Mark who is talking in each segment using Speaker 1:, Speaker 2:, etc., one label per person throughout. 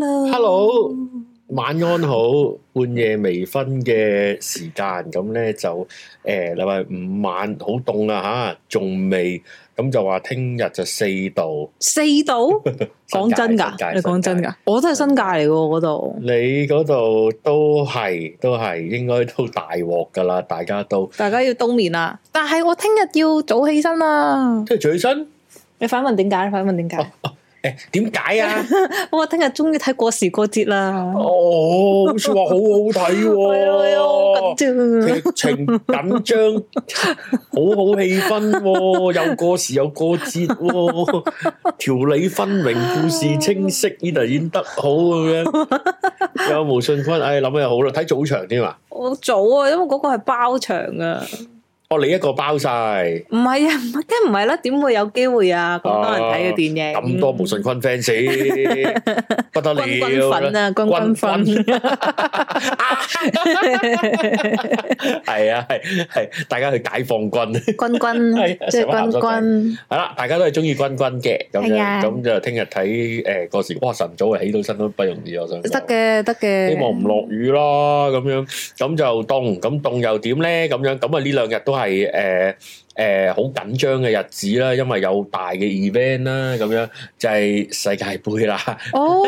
Speaker 1: Hello，晚安好，半夜微醺嘅時間，咁咧就誒禮拜五晚好凍啊吓，仲未咁就話聽日就四度。
Speaker 2: 四度，講真噶
Speaker 1: 新界，
Speaker 2: 你講真噶，我都係新界嚟噶，嗰度
Speaker 1: 你嗰度都係都係應該都大鑊噶啦，大家都
Speaker 2: 大家要冬眠啦。但係我聽日要早起身啦。
Speaker 1: 即係最新
Speaker 2: 你反問點解？你反問點
Speaker 1: 哦
Speaker 2: 解？
Speaker 1: 誒點 解啊？
Speaker 2: 我聽日終於睇過時過節啦。
Speaker 1: 哦，好似話好好睇
Speaker 2: 係啊係啊好緊
Speaker 1: 喎。
Speaker 2: 張啊
Speaker 1: 劇情緊張， 好好氣氛喎、又過時又過節喎、條理分明，故事清晰，呢度演得好咁樣。有毛信坤，唉、諗又好啦，睇早場添啊！
Speaker 2: 我早啊，因為嗰個係包場啊。
Speaker 1: 哦，你一個包晒
Speaker 2: 唔係啊，唔係梗唔係啦，點會有機會啊？咁多人睇嘅電影，
Speaker 1: 啊
Speaker 2: 嗯
Speaker 1: 咁多毛信坤 fans，不得了！
Speaker 2: 軍軍粉啊，軍軍
Speaker 1: 軍
Speaker 2: 粉。
Speaker 1: 係啊，係係，大家去解放軍。
Speaker 2: 君君
Speaker 1: 係啊
Speaker 2: 嗯即係
Speaker 1: 成班鹹
Speaker 2: 君
Speaker 1: 濕仔
Speaker 2: 君，
Speaker 1: 系啦，大家都係中意君君嘅咁
Speaker 2: 係
Speaker 1: 樣，
Speaker 2: 啊
Speaker 1: 咁就聽日睇诶個時，哇晨早啊起到身都不容易，我想講
Speaker 2: 得，嘅得嘅。
Speaker 1: 希望唔落雨啦，咁樣咁就凍，咁凍又點咧？咁樣咁啊呢兩日都係诶诶好緊張嘅日子啦，因為有大嘅 event 啦，咁樣就係世界盃啦。
Speaker 2: 哦。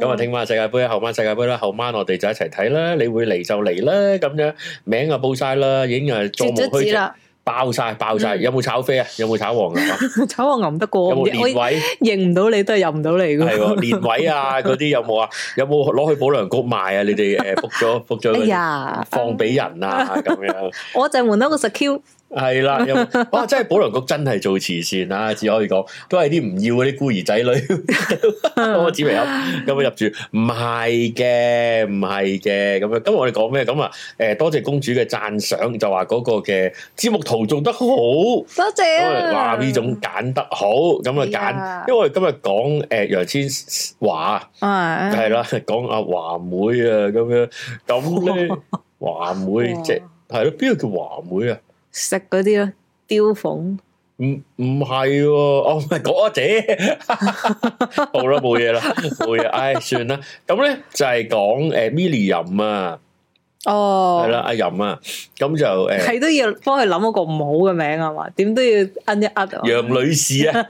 Speaker 1: 咁啊，聽晚世界盃，後晚世界盃啦，後晚我哋就一齊睇啦。你會嚟就嚟啦，咁樣名啊報晒啦，已經係座
Speaker 2: 截
Speaker 1: 無
Speaker 2: 咗
Speaker 1: 虛
Speaker 2: 止
Speaker 1: 席，
Speaker 2: 啦，
Speaker 1: 爆晒爆晒。
Speaker 2: 嗯
Speaker 1: 有冇炒飛啊？有冇炒黃牛啊？
Speaker 2: 炒我揞得過，
Speaker 1: 有
Speaker 2: 我
Speaker 1: 冇連
Speaker 2: 認
Speaker 1: 位？
Speaker 2: 唔到你都係入唔到你
Speaker 1: 系
Speaker 2: 噶。
Speaker 1: 喎，年 位啊嗰啲有冇啊？有冇攞去保良局賣啊？你哋诶 book 咗 book 咗
Speaker 2: 哎
Speaker 1: 嗰啲
Speaker 2: 呀，
Speaker 1: 放俾人啊咁樣
Speaker 2: 我就門得個 secure，
Speaker 1: 係啦，有冇哇！真係保良局真係做慈善啊，只可以講都係啲唔要嗰啲孤 兒仔女我紙皮盒咁樣入住，唔係嘅，唔係嘅咁樣。咁我哋講咩咁啊？诶，多謝公主嘅讚賞，就話嗰個嘅節目圖做得好。
Speaker 2: 多謝
Speaker 1: 咁啊，
Speaker 2: 啊。
Speaker 1: 話呢種揀得好，咁
Speaker 2: 係
Speaker 1: 啊
Speaker 2: 啊
Speaker 1: 揀，因為我哋今日講誒楊千嬅啊
Speaker 2: 啊，
Speaker 1: 系 啦，講阿華妹啊咁樣，咁咧華妹
Speaker 2: 哇
Speaker 1: 即係係咯，邊個叫華妹啊？
Speaker 2: 食嗰啲咯，雕鳳
Speaker 1: 唔唔係喎，哦 唔係嗰姐，好啦冇嘢啦，冇嘢，唉算啦。咁咧就係講诶 Milly 任啊，
Speaker 2: 哦，
Speaker 1: 係啦，阿任啊，咁就诶
Speaker 2: 係都要幫佢諗嗰個唔好嘅名啊嘛，點都要摁一摁啊。
Speaker 1: 楊女士啊，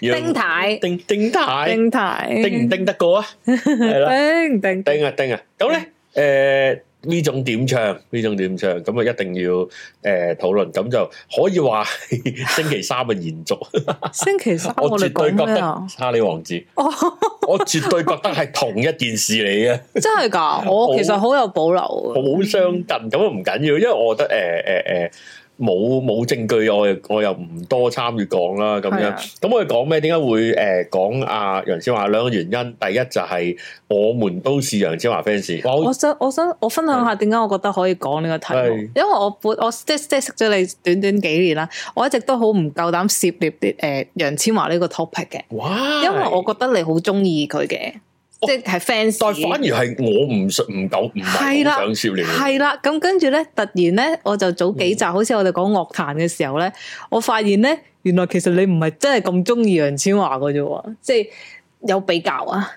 Speaker 1: 楊
Speaker 2: 丁太，
Speaker 1: 丁丁太
Speaker 2: 丁太，
Speaker 1: 丁唔丁得過啊？係啦。
Speaker 2: 丁丁
Speaker 1: 叮啊叮啊！咁咧，诶呢種點唱，呢種點唱，咁啊一定要诶討論，咁就可以話係 星期三嘅延續。
Speaker 2: 星期三
Speaker 1: 我
Speaker 2: 我哋
Speaker 1: 絕對
Speaker 2: 講
Speaker 1: 覺
Speaker 2: 咩
Speaker 1: 得
Speaker 2: 啊？
Speaker 1: 哈利王子，
Speaker 2: 哦，
Speaker 1: 我絕對覺得係同一件事嚟嘅，
Speaker 2: 真係㗎，我其實好有保留啊。
Speaker 1: 好相近。咁啊唔緊要，因為我覺得诶诶诶冇冇證據，我又我又唔多參與講啦，咁
Speaker 2: 係
Speaker 1: 樣
Speaker 2: 啊。
Speaker 1: 咁我哋講咩？點解會誒講阿楊千嬅兩個原因？第一就係我們都是楊千嬅 fans。哇好
Speaker 2: 我想我想我分享下點解我覺得可以講呢個題目
Speaker 1: 係，
Speaker 2: 因為我本我即即係識咗你短短幾年啦，我一直都好唔夠膽涉獵啲誒楊千嬅呢個 topic 嘅，
Speaker 1: 哇！
Speaker 2: 因為我覺得你好中意佢嘅，即係
Speaker 1: 哦但係反
Speaker 2: fans。
Speaker 1: 而係我唔想唔夠唔係
Speaker 2: 係啦
Speaker 1: 好想涉獵嘅，
Speaker 2: 係啦，咁跟住咧，突然咧，我就早
Speaker 1: 嗯
Speaker 2: 幾集，好似我哋講樂壇嘅時候咧，我發現咧，原來其實你唔係真係咁中意楊千嬅嘅啫喎，即係有比較啊，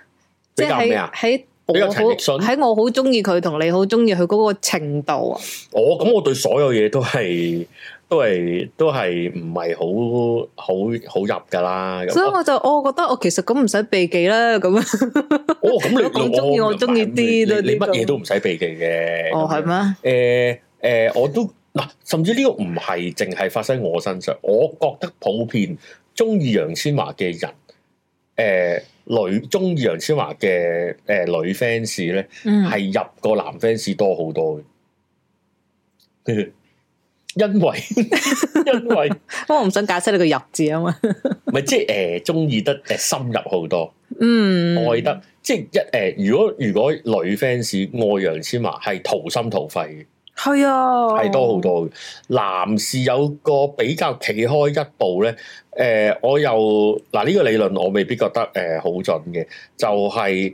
Speaker 2: 即
Speaker 1: 比較咩
Speaker 2: 係
Speaker 1: 啊
Speaker 2: 喺喺
Speaker 1: 比較
Speaker 2: 我
Speaker 1: 陳
Speaker 2: 好
Speaker 1: 奕迅
Speaker 2: 喺我好中意佢同你好中意佢嗰個程度啊。
Speaker 1: 我咁我對所有嘢都係都係都係唔係好好好入㗎啦。咁
Speaker 2: 所以我就我覺得我其實咁唔使避忌啦，咁樣
Speaker 1: 哦咁你
Speaker 2: 我講中意我中意啲
Speaker 1: 你
Speaker 2: 嗰啲
Speaker 1: 你乜嘢
Speaker 2: 咁
Speaker 1: 都唔使避忌嘅。
Speaker 2: 哦係咩？
Speaker 1: 咩？誒誒，我都嗱，甚至呢個唔係淨係發生我身上，我覺得普遍中意楊千嬅嘅人。誒、女中意楊千嬅嘅誒女 fans 咧，
Speaker 2: 嗯，
Speaker 1: 係入個男 fans 多好多嘅， 因為 因為
Speaker 2: 不過我唔想解釋你個入字啊嘛。
Speaker 1: 咪即係誒中意得誒深入好多，
Speaker 2: 嗯，
Speaker 1: 愛得即係一誒、呃如果如果女 fans 愛楊千嬅係掏心掏肺嘅，
Speaker 2: 係啊，
Speaker 1: 係多好。多嘅。男士有個比較企開一步咧，誒、我又嗱呃呢、個理論我未必覺得誒好、準嘅，就係、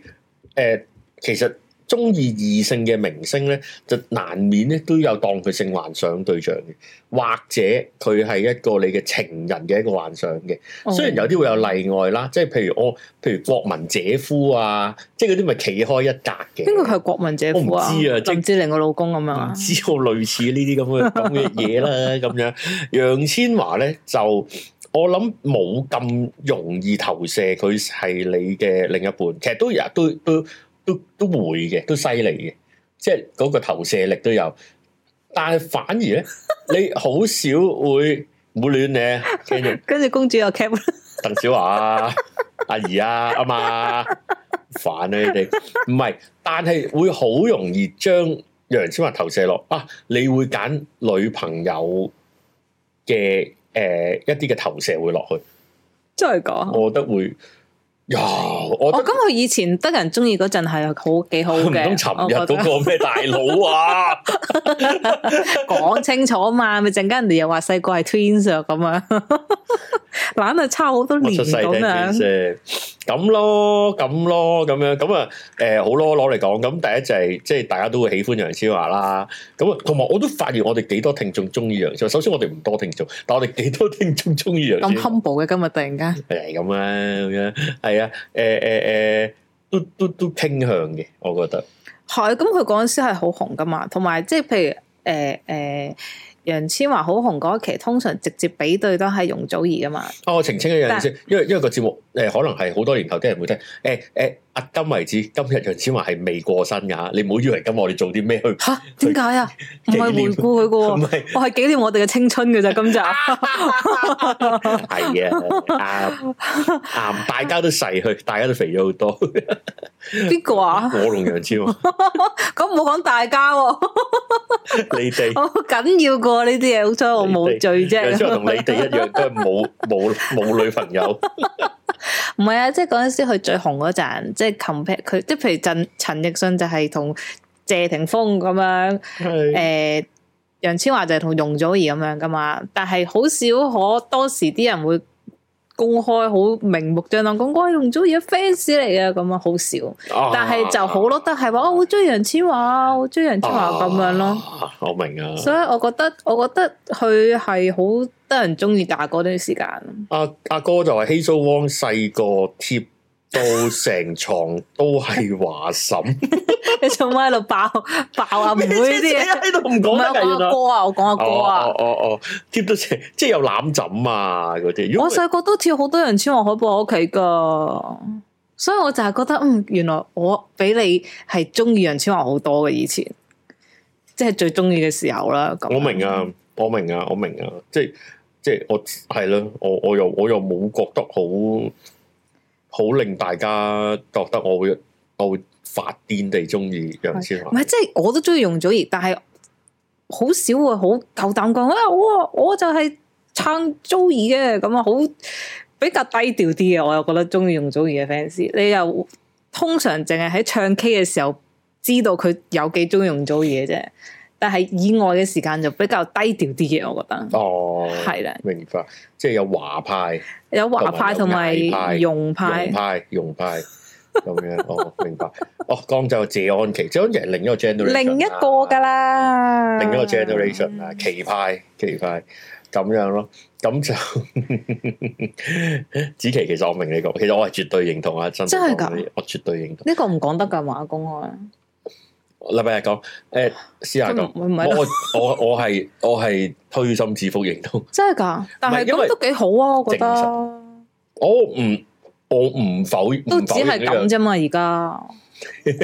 Speaker 1: 誒、其實中意異性嘅明星咧，就難免咧都有當佢性幻想對象嘅，或者佢係一個你嘅情人嘅一個幻想嘅。
Speaker 2: 哦
Speaker 1: 雖然有啲會有例外啦，即係譬如我，譬如國民姐夫啊，即係嗰啲咪企開一格嘅。
Speaker 2: 邊個佢係國民姐夫啊？
Speaker 1: 我唔知啊即係
Speaker 2: 林志玲個老公咁樣
Speaker 1: 唔
Speaker 2: 啊？
Speaker 1: 知道類似呢 啲咁嘅咁嘅嘢啦，咁樣楊千嬅咧就我諗冇咁容易投射佢係你嘅另一半，其實都有都都都都會嘅，都犀利嘅，即係嗰個投射力都有。但係反而咧，你好少會唔好亂咧，聽住
Speaker 2: 跟住公主又 cap
Speaker 1: 鄧小華啊、 阿姨啊、阿嘛，煩啊你哋。唔係，但係會好容易將楊千嬅投射落啊！你會揀女朋友嘅誒、呃一啲嘅投射會落去，
Speaker 2: 真係講。
Speaker 1: 我覺得會。呀，我覺
Speaker 2: 哦，
Speaker 1: 得
Speaker 2: 咁佢以前得人中意嗰陣係好幾好
Speaker 1: 唔
Speaker 2: 嘅，
Speaker 1: 通尋日
Speaker 2: 我覺得
Speaker 1: 嗰個咩大佬啊？
Speaker 2: 講清楚啊嘛，咪陣間人哋又話細個係 twins 啊咁啊， 懶係差好多
Speaker 1: 我
Speaker 2: 年
Speaker 1: 出世
Speaker 2: 咁
Speaker 1: 聽
Speaker 2: 樣
Speaker 1: 見。先，咁咯，咁咯，咁樣咁啊，誒、好咯，攞嚟講，咁第一就係、即係大家都會喜歡楊千嬅啦，咁啊，同埋我都發現我哋幾多聽眾中意楊千嬅，首先我哋唔多聽眾，但我哋幾多聽眾中意楊千
Speaker 2: 咁
Speaker 1: 嬅，
Speaker 2: humble 嘅今日突然間，
Speaker 1: 係咁啦，咁樣係啊，誒誒誒，都都都傾向嘅，我覺得
Speaker 2: 係咁佢嗰陣時係好紅噶嘛，同埋即係譬如誒誒楊千嬅好紅嗰一期，通常直接比對都係容祖兒噶嘛，
Speaker 1: 啊，我澄清一樣嘢
Speaker 2: 但
Speaker 1: 先，因為因為個節目誒、可能係好多年後啲人會聽，誒、誒，壓、今為止，今日楊千嬅係未過身㗎，你唔好以為今日我哋做啲咩去，唔
Speaker 2: 吓點解啊？唔係回顧佢噶喎，
Speaker 1: 係。
Speaker 2: 我係紀念我哋嘅青春嘅咋今集。
Speaker 1: 系 啊，啱啱，大家都細去，大家都肥咗好 多。
Speaker 2: 邊個啊？
Speaker 1: 我同楊千嬅，
Speaker 2: 咁唔好講大家喎，
Speaker 1: 你哋
Speaker 2: 好緊要過呢啲嘢，好彩我冇罪
Speaker 1: 楊千嬅同
Speaker 2: 啫。
Speaker 1: 你哋一樣，都係冇冇冇女朋友。
Speaker 2: 唔係啊，即係嗰陣時佢最紅嗰陣，即係 compare 佢，即係譬如陳陳奕迅就係同謝霆鋒咁樣，
Speaker 1: 係
Speaker 2: 誒、呃楊千嬅就係同容祖兒咁樣噶嘛。但係好少可當時啲人會公開好明目張膽講，我係容祖兒嘅 fans 嚟嘅咁啊，好少。但係就好咯，，但係
Speaker 1: 啊
Speaker 2: 話我好中意楊千嬅，我好中意楊千嬅啊咁樣咯。
Speaker 1: 咯。我明啊。
Speaker 2: 所以我覺得，我覺得佢係好得人中意，但係嗰段時間，
Speaker 1: 阿阿哥就話希蘇汪細個貼到成床都係華嬸，
Speaker 2: 你做乜喺度爆爆阿妹 呢啲嘢？
Speaker 1: 喺度唔
Speaker 2: 唔
Speaker 1: 講得
Speaker 2: 係
Speaker 1: 㗎
Speaker 2: 我講
Speaker 1: 原來
Speaker 2: 阿。哥啊，我講阿哥
Speaker 1: 哦
Speaker 2: 啊，
Speaker 1: 哦哦，貼到成即係有攬枕啊嗰啲。如
Speaker 2: 我
Speaker 1: 果
Speaker 2: 細個都跳好多人千嬅海報喺屋企噶，所以我就係覺得，嗯，原來我比你係中意楊千嬅好多嘅以前，即係最中意嘅時候啦。咁
Speaker 1: 我明啊，我明啊，我明啊，即係即係我係咯，我我又我又冇覺得好好令大家覺得我會我會發癲地中意楊千
Speaker 2: 唔
Speaker 1: 嬅。
Speaker 2: 係，即係我都中意容祖兒，但係好少會好夠膽講啊！我我就係撐祖兒嘅咁啊，好比較低調啲嘅。我又覺得中意容祖兒嘅 fans，你又通常淨係喺唱 K 嘅時候知道佢有幾中意容祖兒嘅啫，但係以外嘅時間就比較低調啲嘅。我覺得
Speaker 1: 哦，
Speaker 2: 係啦，
Speaker 1: 明白，即係有華派、
Speaker 2: 有華派同埋
Speaker 1: 同埋
Speaker 2: 容
Speaker 1: 洋
Speaker 2: 派，啊
Speaker 1: 派、洋派咁樣。哦，明白。哦，江州謝安琪，謝安琪係另一個 generation，啊
Speaker 2: 另一個㗎
Speaker 1: 啦。
Speaker 2: 啦，
Speaker 1: 另一個 generation 啊，奇派奇派咁樣咯，咁就子琪其實我明你講，其實我係絕對認同啊，真
Speaker 2: 真係㗎
Speaker 1: 㗎，我絕對認同。
Speaker 2: 呢個唔講得㗎嘛，公開
Speaker 1: 禮拜日講，誒私下講，
Speaker 2: 唔唔係
Speaker 1: 我我我我係我係推心置腹認同，
Speaker 2: 真係噶，但係
Speaker 1: 唔係因為
Speaker 2: 咁都幾好啊，我覺
Speaker 1: 正
Speaker 2: 得
Speaker 1: 我唔我唔否
Speaker 2: 都
Speaker 1: 唔
Speaker 2: 只
Speaker 1: 否認
Speaker 2: 係咁
Speaker 1: 呢
Speaker 2: 啫嘛。而家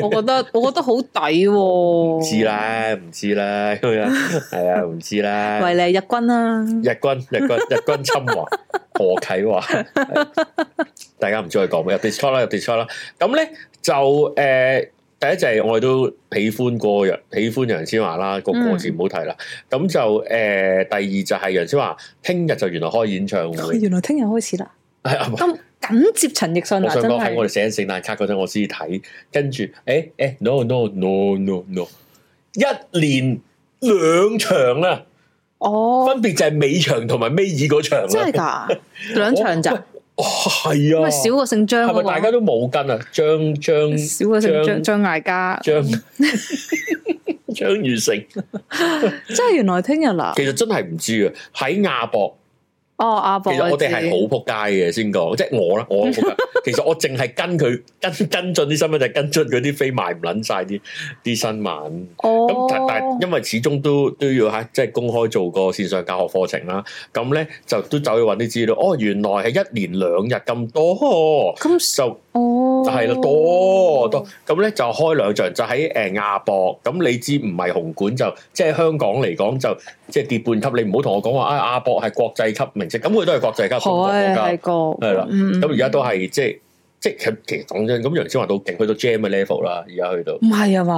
Speaker 2: 我覺得我覺得好抵
Speaker 1: 樣，
Speaker 2: 喎，
Speaker 1: 知，啦唔知啦咁樣，係啊唔知啦。
Speaker 2: 為你係日軍啦，
Speaker 1: 日軍日 軍日軍侵華，何啟華， 大家唔知佢講咩，入 Discord 啦，入 Discord 啦。咁咧就誒、呃第一就係我哋都喜歡過楊喜歡楊千嬅啦，個
Speaker 2: 嗯
Speaker 1: 個字唔好提啦。咁、就誒、呃第二就係楊千嬅，聽日就原來開演唱 會，
Speaker 2: 原來聽日開始啦，
Speaker 1: 係啊。
Speaker 2: 咁緊接陳奕迅
Speaker 1: 我
Speaker 2: 啊，
Speaker 1: 想
Speaker 2: 真
Speaker 1: 講喺
Speaker 2: 係
Speaker 1: 我哋寫聖誕卡嗰陣，我先睇，跟住誒誒，no no no no no，一連兩場啊啦，
Speaker 2: 哦，
Speaker 1: 分別就係尾場同埋尾二嗰場啦
Speaker 2: 真係。㗎，兩場
Speaker 1: 我
Speaker 2: 咋
Speaker 1: 喂？哦，係
Speaker 2: 咁
Speaker 1: 啊，
Speaker 2: 咪少個姓張
Speaker 1: 係
Speaker 2: 嗰
Speaker 1: 咪大家
Speaker 2: 個，
Speaker 1: 都冇跟啊？張張
Speaker 2: 少個姓
Speaker 1: 張
Speaker 2: 張張艾嘉，
Speaker 1: 張 張宇成，
Speaker 2: 即係原來聽日啦。
Speaker 1: 其實真係唔知啊！喺亞博，
Speaker 2: 哦，阿
Speaker 1: 其
Speaker 2: 博，
Speaker 1: 實我哋係
Speaker 2: 知
Speaker 1: 好仆街嘅先講，即係我啦，我好仆街其實我淨係跟佢跟跟進啲新聞，就係跟進嗰啲飛賣唔撚晒啲啲新聞。
Speaker 2: 어.
Speaker 1: 咁但但
Speaker 2: 哦，
Speaker 1: 因為始終都都要喺即係公開做個線上教學課程啦，咁咧就都走去揾啲資料。哦，原來係一連兩日咁多，
Speaker 2: 咁
Speaker 1: 就
Speaker 2: 哦，
Speaker 1: 係啦，多多咁咧就開兩場，就喺誒亞博。咁你知唔係紅館就即係香港嚟講就即係跌半級。你唔好同我講話啊，亞博係國際級名稱，咁佢都係國際級中國國
Speaker 2: 係
Speaker 1: 家
Speaker 2: 係。個，
Speaker 1: 係啦
Speaker 2: 嗯，
Speaker 1: 咁而家
Speaker 2: 嗯
Speaker 1: 都係即係即係其實講真，咁楊千嬅都勁，去到 jam 嘅 level 啦，而家去到
Speaker 2: 唔係啊嘛，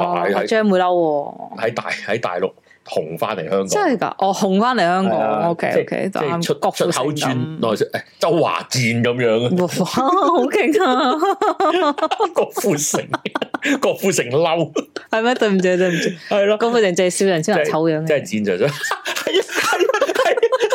Speaker 1: 哦係係
Speaker 2: 阿張會嬲喎，
Speaker 1: 喺大喺大陸紅翻嚟香
Speaker 2: 真係
Speaker 1: 港。
Speaker 2: 㗎，哦，紅翻嚟香
Speaker 1: 係
Speaker 2: 港
Speaker 1: 啊
Speaker 2: 哦
Speaker 1: 即
Speaker 2: ，OK
Speaker 1: 係
Speaker 2: OK，
Speaker 1: 即
Speaker 2: 就
Speaker 1: 係
Speaker 2: 啱
Speaker 1: 出
Speaker 2: 郭
Speaker 1: 出
Speaker 2: 富城
Speaker 1: 口轉
Speaker 2: 咁
Speaker 1: 內誒周華健咁樣啊，
Speaker 2: 哇，好勁啊！
Speaker 1: 郭富城，郭富城嬲，
Speaker 2: 係咩？對唔住，對 唔住，
Speaker 1: 係咯，
Speaker 2: 郭富城就係笑人千人醜樣
Speaker 1: 真
Speaker 2: 嘅
Speaker 1: 係。賤咗咗，係啊係啊係啊，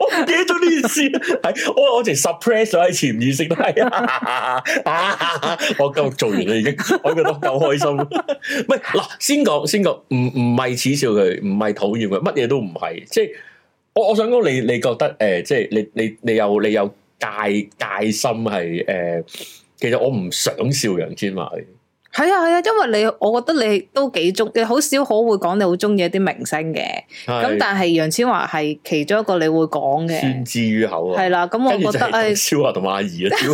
Speaker 1: 我唔記得咗呢件事，係我我直 suppress 咗喺潛意識都係啊，啊我夠做完啦已經，我覺得夠開心，唔係嗱先講先講，唔唔係恥笑佢，唔係討厭佢，乜嘢都唔係，即係我我想講你你覺得誒、呃即係你你你有你有戒戒心係誒、呃其實我唔想笑楊千嬅嘅。
Speaker 2: 係啊係啊，因為你，我覺得你都幾中，你好少可會講你好中意一啲明星嘅。咁
Speaker 1: 係
Speaker 2: 但係楊千嬅係其中一個你會講嘅，
Speaker 1: 宣之於口啊！
Speaker 2: 係啦。咁
Speaker 1: 跟住
Speaker 2: 我覺
Speaker 1: 就
Speaker 2: 得
Speaker 1: 係
Speaker 2: 誒，
Speaker 1: 蕭亞同阿怡啊，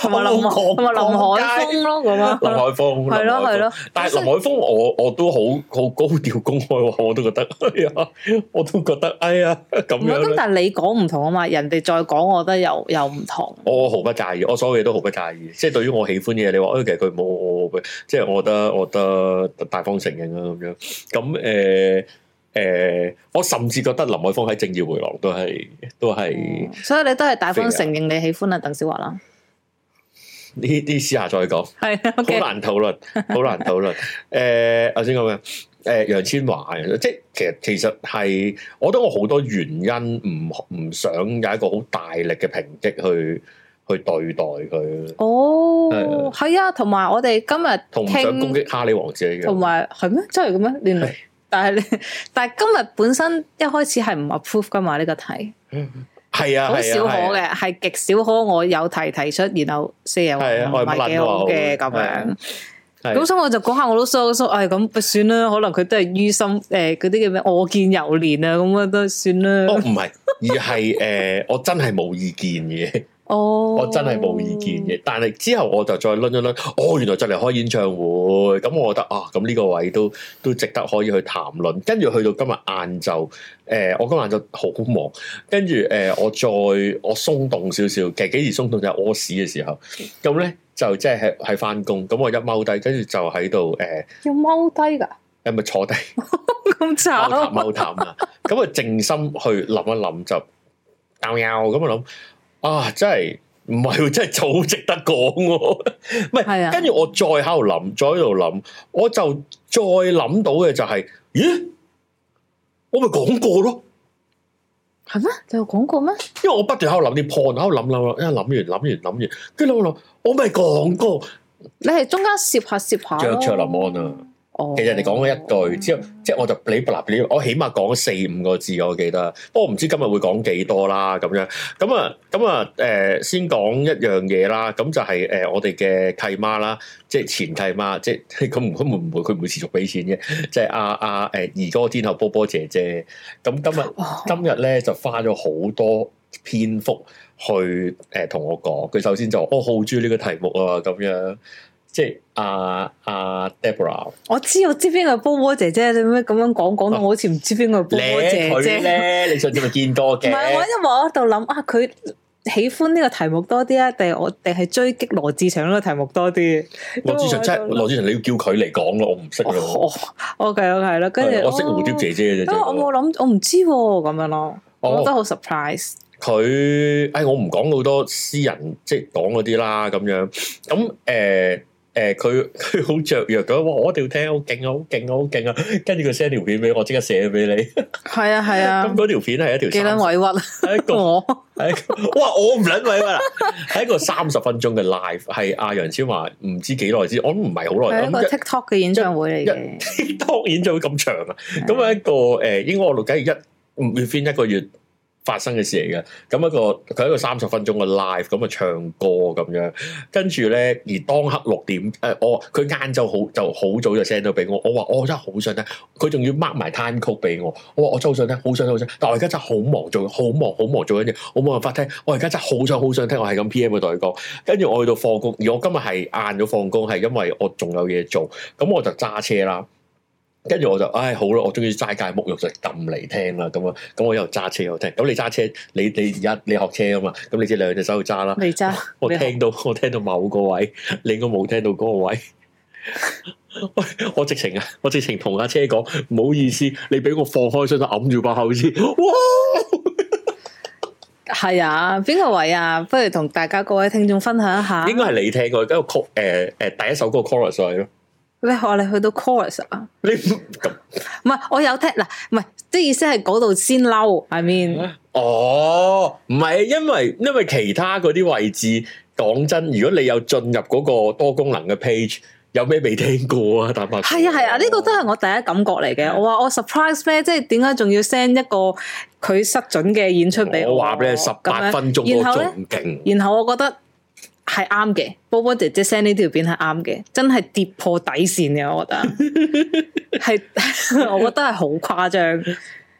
Speaker 2: 同埋林海同埋林海峰咯，咁啊，
Speaker 1: 林海峰，
Speaker 2: 係
Speaker 1: 林海
Speaker 2: 咯
Speaker 1: 峰
Speaker 2: 係。咯，
Speaker 1: 但係林海峰，我我都好好高調公開喎，我都覺得， 哎呀，我都覺得，哎呀，咁
Speaker 2: 唔係
Speaker 1: 樣
Speaker 2: 咁，
Speaker 1: 咧，
Speaker 2: 但係你講唔同啊嘛，人哋再講，我覺得又又唔同。
Speaker 1: 我毫不介意，我所有嘢都毫不介意。即係對於我喜歡嘅嘢，你話，哎，其實佢冇我，我即係我覺得，我覺得大方承認啦，咁樣。咁誒誒，我甚至覺得林海峰喺《正義回廊》都係都係。
Speaker 2: 嗯所以你都係大方承認你喜歡啊鄧小樺啦，
Speaker 1: 呢啲私下再講，好
Speaker 2: 係啊 OK，
Speaker 1: 難討論，好難討 論。誒、呃，頭先講咩？誒、楊千嬅，啊即係其實其實係，我覺得我好多原因唔唔想有一個好大力嘅抨擊去去對待佢，
Speaker 2: 哦，係啊，同埋我哋今日
Speaker 1: 同唔想攻
Speaker 2: 傾，
Speaker 1: 擊哈利王子一
Speaker 2: 同
Speaker 1: 樣。
Speaker 2: 埋係咩？真係咁咩？
Speaker 1: 係
Speaker 2: 連但係你， 但係今日本身一開始係唔 approve 噶嘛呢個題，
Speaker 1: 係啊，
Speaker 2: 好
Speaker 1: 係
Speaker 2: 少可
Speaker 1: 啊，係啊。
Speaker 2: 嘅，係極少可我有提提出，然後四爺話
Speaker 1: 係啊我
Speaker 2: 唔
Speaker 1: 係乜
Speaker 2: 係幾
Speaker 1: 撚都話
Speaker 2: 好
Speaker 1: 好
Speaker 2: 嘅咁
Speaker 1: 係啊
Speaker 2: 樣。
Speaker 1: 係
Speaker 2: 咁所以我就講下我都疏疏，唉咁不算啦，可能佢都係於心誒嗰啲叫咩我見猶憐啊，咁啊都算啦。
Speaker 1: 哦，唔係，而係誒、呃我真係冇意見嘅，
Speaker 2: 哦，
Speaker 1: 我真係冇意見嘅。但係之後我就再攆一攆，哦，原來就嚟開演唱會，咁我覺得啊，咁呢個位都都值得可以去談論。跟住去到今日晏晝，誒、我今日晏晝好忙，跟住誒、我再我鬆動少少，其實幾時鬆動就係屙屎嘅時候，咁咧就即係喺喺翻工，咁我一踎低，跟住就喺度誒，
Speaker 2: 要踎低㗎，
Speaker 1: 係咪坐低？
Speaker 2: 咁
Speaker 1: 踎淡
Speaker 2: 慘。
Speaker 1: 踎淡啊！咁啊，靜心去諗一諗就拗拗咁啊諗啊，真係唔係喎，真係就好值得講喎。唔
Speaker 2: 係啊
Speaker 1: 係，跟住我再喺度諗，再喺度諗，我就再諗到嘅就係、咦，我咪講過咯。
Speaker 2: 係咩？你有講過咩？
Speaker 1: 因為我不斷喺度諗啲 point，喺度諗諗諗，一諗完諗完諗完，跟住諗諗，我咪講過。
Speaker 2: 你係中間攝下攝下
Speaker 1: 着
Speaker 2: 咯
Speaker 1: 卓林安啊！
Speaker 2: 哦
Speaker 1: 其實你講咗一句之後，即係我就你嗱你，我起碼講咗四五個字，我記得。不過唔知今日會講幾多啦，咁樣咁啊咁啊誒，先講一樣嘢啦。咁就係、誒、我哋嘅契媽啦，即係前契媽，即係咁唔咁唔會佢唔會持續俾錢嘅，即係阿阿誒兒歌天后波波姐姐。咁今日
Speaker 2: 哦
Speaker 1: 今日咧就花咗好多篇幅去誒同、我講，佢首先就話我好中意呢個題目啊，咁樣即係阿阿 Deborah
Speaker 2: 我知我知邊個係波波姐姐，你咩咁樣講講到我好似唔知邊個係波波
Speaker 1: 啊咧
Speaker 2: 姐
Speaker 1: 佢
Speaker 2: 姐。
Speaker 1: 咧，你上次咪見過
Speaker 2: 唔係我
Speaker 1: 嘅，
Speaker 2: 因為我喺度諗啊，佢喜歡呢個題目多啲啊，定係我定係追擊羅志祥呢個題目多啲？
Speaker 1: 羅志祥真係羅志祥，你要叫佢嚟講咯，我唔識咯，
Speaker 2: 哦，OK OK 係啦，跟
Speaker 1: 係
Speaker 2: 住
Speaker 1: 我識蝴蝶姐姐嘅
Speaker 2: 因
Speaker 1: 啫
Speaker 2: 為我
Speaker 1: 最
Speaker 2: 冇諗，我唔知喎咁樣咯，
Speaker 1: 哦
Speaker 2: 我覺得好 surprise。
Speaker 1: 多。佢誒，我唔講好多私人即係講嗰啲啦，咁樣咁誒誒佢佢好雀躍咁，哇！我一定要聽，好勁啊，好勁啊，好勁啊！跟住佢 send 條片俾我，即刻寫俾你。
Speaker 2: 系啊系啊
Speaker 1: 咁，嗰條片係一
Speaker 2: 幾
Speaker 1: 條三
Speaker 2: 撚委屈啊！
Speaker 1: 係一 個
Speaker 2: 我
Speaker 1: 係一個哇！我唔撚位啦，係一個三十分鐘嘅 live，係阿楊千嬅唔知幾耐之，我諗唔係好耐
Speaker 2: 係啊一個
Speaker 1: 咁嘅。
Speaker 2: TikTok 嘅演唱會嚟嘅，
Speaker 1: 當然就會咁長啊！咁係一個誒，應該我錄緊係一 within 一個月發生嘅事嚟嘅。咁一個佢係一個三十分鐘嘅 live，咁啊唱歌咁樣，跟住咧而當刻六點誒、呃我佢晏晝好就好早就 send 咗俾我，我話我真係好想聽，佢仲要 mark 埋攤曲俾我，我話我真係好想聽，好想聽好想聽，但我而家真係好忙做，好忙好忙做緊嘢，我冇辦法聽，我而家真係好想好想聽，我係咁 PM 佢同佢講，跟住我去到放工，而我今日係晏咗放工，係因為我仲有嘢做，咁我就揸車啦。跟住我就，唉，好啦，我中意齋戒沐浴就撳嚟聽啦，咁啊，咁我又揸車又聽，咁你揸車，你你而家你學車啊嘛，咁你隻兩隻手去揸啦，
Speaker 2: 未咋？
Speaker 1: 我
Speaker 2: 你學
Speaker 1: 聽到我聽到某個位，你應該冇聽到嗰個位。 我我直情啊，我直情同阿車講，唔好意思，你俾我放開雙手揞住把口先。哇！
Speaker 2: 係啊，邊個位啊？不如同大家各位聽眾分享一下。
Speaker 1: 應該係你聽過，跟住 c 誒誒第一首歌 chorus 係咯。
Speaker 2: 你學你去到 chorus 啊？
Speaker 1: 你唔咁
Speaker 2: 唔係，我有聽嗱，唔係即係意思係嗰度先嬲，I mean
Speaker 1: 哦，唔係，因為因為其他嗰啲位置，講真，如果你有進入嗰個多功能嘅 page，有咩未聽過啊？坦白講
Speaker 2: 係啊係啊，呢、個都係我第一感覺嚟
Speaker 1: 嗯
Speaker 2: 嘅。我話我 surprise 咩？即係點解仲要 send 一個佢失準嘅演出俾
Speaker 1: 我
Speaker 2: 我
Speaker 1: 話俾你十八分鐘
Speaker 2: 咁樣然
Speaker 1: 我
Speaker 2: 後咧，
Speaker 1: 仲勁。
Speaker 2: 然後我覺得係啱嘅波波姐姐 send 呢條片係啱嘅，真係跌破底線嘅，我覺得 係，我覺得係好 誇張。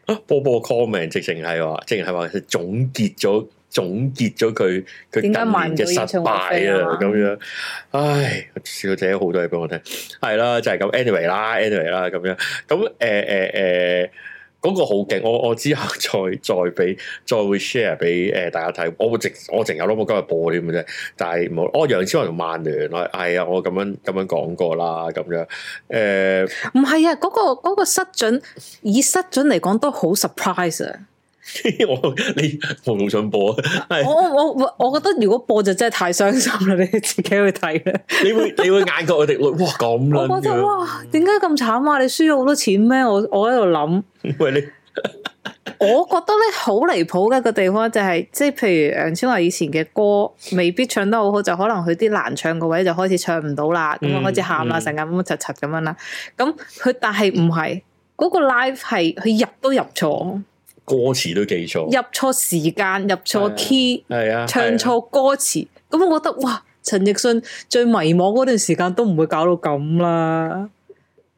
Speaker 1: 啊波波 comment 直情係話，直情係話佢總結咗總結咗佢佢近
Speaker 2: 點解買
Speaker 1: 年
Speaker 2: 唔
Speaker 1: 嘅
Speaker 2: 到
Speaker 1: 失
Speaker 2: 演唱
Speaker 1: 敗
Speaker 2: 會飛啊
Speaker 1: 啊咁樣。唉，小姐好多嘢俾我聽，係啦，就係、咁。anyway 啦，anyway 啦，咁樣咁誒誒誒。嗰個好勁，我我之後再 再俾再會 share 俾誒大家睇，我會直我淨有咯，我今日播添嘅啫，但係冇，哦楊千嬅同曼聯，我係啊，我咁樣咁樣講過啦，咁樣誒。
Speaker 2: 唔係啊，嗰、個嗰個失準以失準嚟講都好 surprise 啊！
Speaker 1: 我你我好想播啊，係
Speaker 2: 我我我我覺得如果播就真係太傷心啦，你哋自己去睇啦。
Speaker 1: 你會你會眼角我哋會哇咁啦
Speaker 2: 我覺得哇，點解咁慘啊？你輸咗好多錢咩？我我喺度諗，
Speaker 1: 喂你
Speaker 2: 我覺得咧好離譜嘅一個地方就係、即係譬如楊千嬅以前嘅歌未必唱得好好，就可能佢啲難唱嘅位就開始唱唔到啦，咁
Speaker 1: 嗯
Speaker 2: 啊開始喊啦，
Speaker 1: 嗯
Speaker 2: 成日咁樣柒柒咁樣啦。咁佢但係唔係嗰個 live 係佢入都入錯，
Speaker 1: 歌詞都記錯，
Speaker 2: 入錯時間，入
Speaker 1: 係啊
Speaker 2: 錯 key。
Speaker 1: 係啊，
Speaker 2: 唱
Speaker 1: 係啊
Speaker 2: 錯歌詞，咁我覺得哇，陳奕迅最迷茫嗰段時間都唔會搞到咁啦。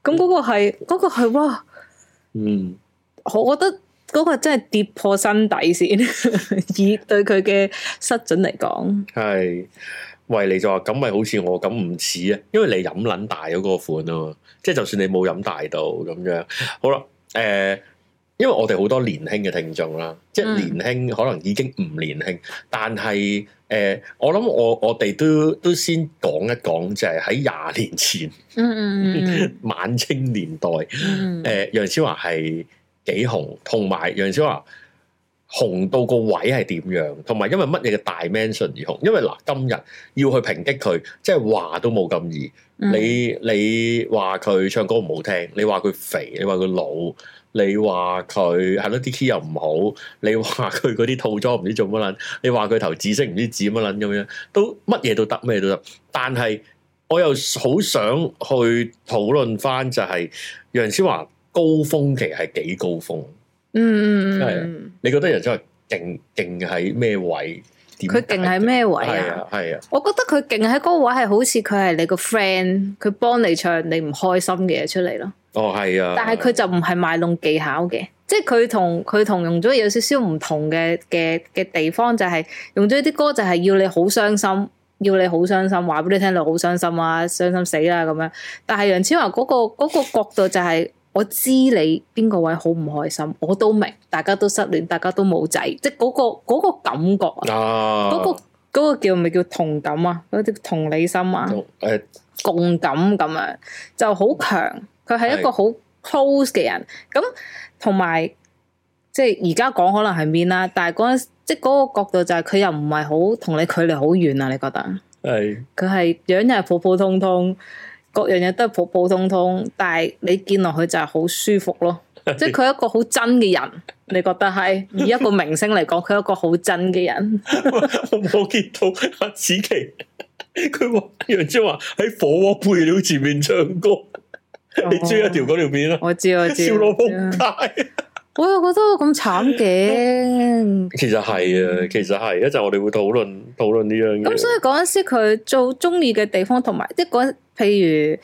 Speaker 2: 咁嗰個係嗰、個係哇，
Speaker 1: 嗯，
Speaker 2: 我覺得嗰個真係跌破身底線， 以對佢嘅失準嚟講，
Speaker 1: 係。喂，你就話咁咪好似我咁唔似啊？因為你飲撚大咗嗰個款啊嘛，即係就算你冇飲大到咁樣，好啦，誒、因為我哋好多年輕嘅聽眾啦，即係
Speaker 2: 嗯
Speaker 1: 年輕可能已經唔年輕，但係誒、我諗我我哋都都先講一講，就係喺廿年前、
Speaker 2: 嗯
Speaker 1: 晚清年代。
Speaker 2: 嗯
Speaker 1: 誒呃楊千嬅係幾紅，同埋楊千嬅紅到個位係點樣，同埋因為乜嘢嘅 dimension 而紅。因為嗱，今日要去抨擊佢，即係話都冇咁易。
Speaker 2: 嗯
Speaker 1: 你你話佢唱歌唔好聽，你話佢肥，你話佢老。你話佢係咯啲 key 又唔好，你話佢嗰啲套裝唔知做乜撚，你話佢頭紫色唔知指乜撚咁樣，都乜嘢都得，咩都得。但係我又好想去討論翻就係、楊千嬅高峰期係幾高峰？
Speaker 2: 嗯
Speaker 1: 係啊
Speaker 2: 嗯，
Speaker 1: 你覺得楊千嬅勁勁喺咩位？點
Speaker 2: 佢勁喺咩位
Speaker 1: 係
Speaker 2: 啊？
Speaker 1: 啊係啊，
Speaker 2: 我覺得佢勁喺嗰個位係好似佢係你個 friend，佢幫你唱你唔開心嘅嘢出嚟咯。
Speaker 1: 哦係啊，
Speaker 2: 但係佢就唔係賣弄技巧嘅，即係佢同佢同容祖兒有少少唔同嘅嘅嘅地方，就係、容祖兒啲歌就係要你好傷心，要你好傷心，話俾你聽你好傷心啊，傷心死啦咁樣。但係楊千嬅嗰、個嗰、個角度就係、我知你邊個位好唔開心，我都明，大家都失戀，大家都冇仔，即係嗰、個嗰個感覺啊，
Speaker 1: 啊
Speaker 2: 嗰、個嗰、個叫咪叫同感啊，嗰啲同理心啊。
Speaker 1: 誒
Speaker 2: 共感咁樣，就好強。佢係一個好 close 嘅人，咁同埋即係而家講可能係面啦，但係嗰陣即係嗰個角度就係佢又唔係好同你距離好遠啊，你覺得？
Speaker 1: 係
Speaker 2: 佢係樣又係普普通通，各樣嘢都係普普通通，但係你見落去就係好舒服咯。
Speaker 1: 嗯
Speaker 2: 即係佢係一個好真嘅人，你覺得係？以一個明星嚟講，佢係一個好真嘅人。
Speaker 1: 我冇見到阿子琪，佢話楊千嬅喺火鍋配料前面唱歌，你追一條嗰條片啦，
Speaker 2: 我知哦我知， 嗯
Speaker 1: 笑到仆街。
Speaker 2: 我又覺得我咁慘嘅。
Speaker 1: 其實係啊，其實係一陣我哋會討論討論呢樣嘢。
Speaker 2: 咁所以嗰陣時佢做中意嘅地方，同埋即係嗰譬如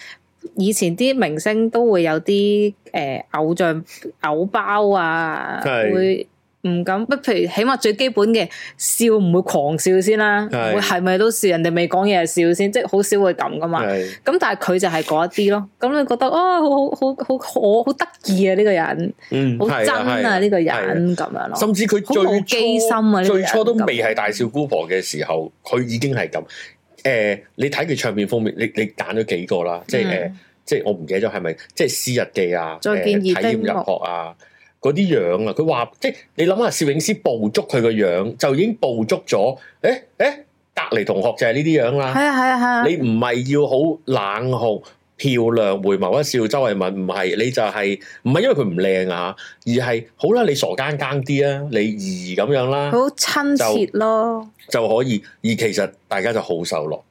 Speaker 2: 以前啲明星都會有啲誒、呃偶像偶包啊，
Speaker 1: 係
Speaker 2: 會唔敢不譬如起碼最基本嘅笑唔會狂笑先啦，
Speaker 1: 係
Speaker 2: 會係咪都笑人哋未講嘢就笑先，即係好少會咁噶嘛。
Speaker 1: 係
Speaker 2: 咁但係佢就係嗰一啲咯，咁你覺得啊，好好好好好好得意啊呢個人，
Speaker 1: 嗯，
Speaker 2: 好
Speaker 1: 係
Speaker 2: 真
Speaker 1: 係
Speaker 2: 啊呢個
Speaker 1: 係
Speaker 2: 人咁樣咯，
Speaker 1: 甚至佢
Speaker 2: 好
Speaker 1: 最
Speaker 2: 冇機心啊
Speaker 1: 初
Speaker 2: 呢個
Speaker 1: 最初都
Speaker 2: 人咁
Speaker 1: 未係大笑姑婆嘅時候，佢已經係咁。誒，你睇佢唱片封面，你你揀咗幾個啦？即係誒
Speaker 2: 嗯，
Speaker 1: 即係我唔記得咗係咪？即係《詩日記》啊，
Speaker 2: 再見
Speaker 1: 誒體
Speaker 2: 二丁
Speaker 1: 驗入
Speaker 2: 目
Speaker 1: 學啊，嗰啲樣啊，佢話即係你諗下，攝影師捕捉佢個樣，就已經捕捉咗。誒誒，隔離同學就係呢啲樣啦。
Speaker 2: 係啊係啊係啊。
Speaker 1: 你唔係要好冷酷、漂亮、回眸一笑、周慧敏，唔係你就係唔係因為佢唔靚啊，而係好啦，你傻更更啲啊，你兒咁樣啦
Speaker 2: 佢好親切咯，
Speaker 1: 就可以，而其實大家就好受落，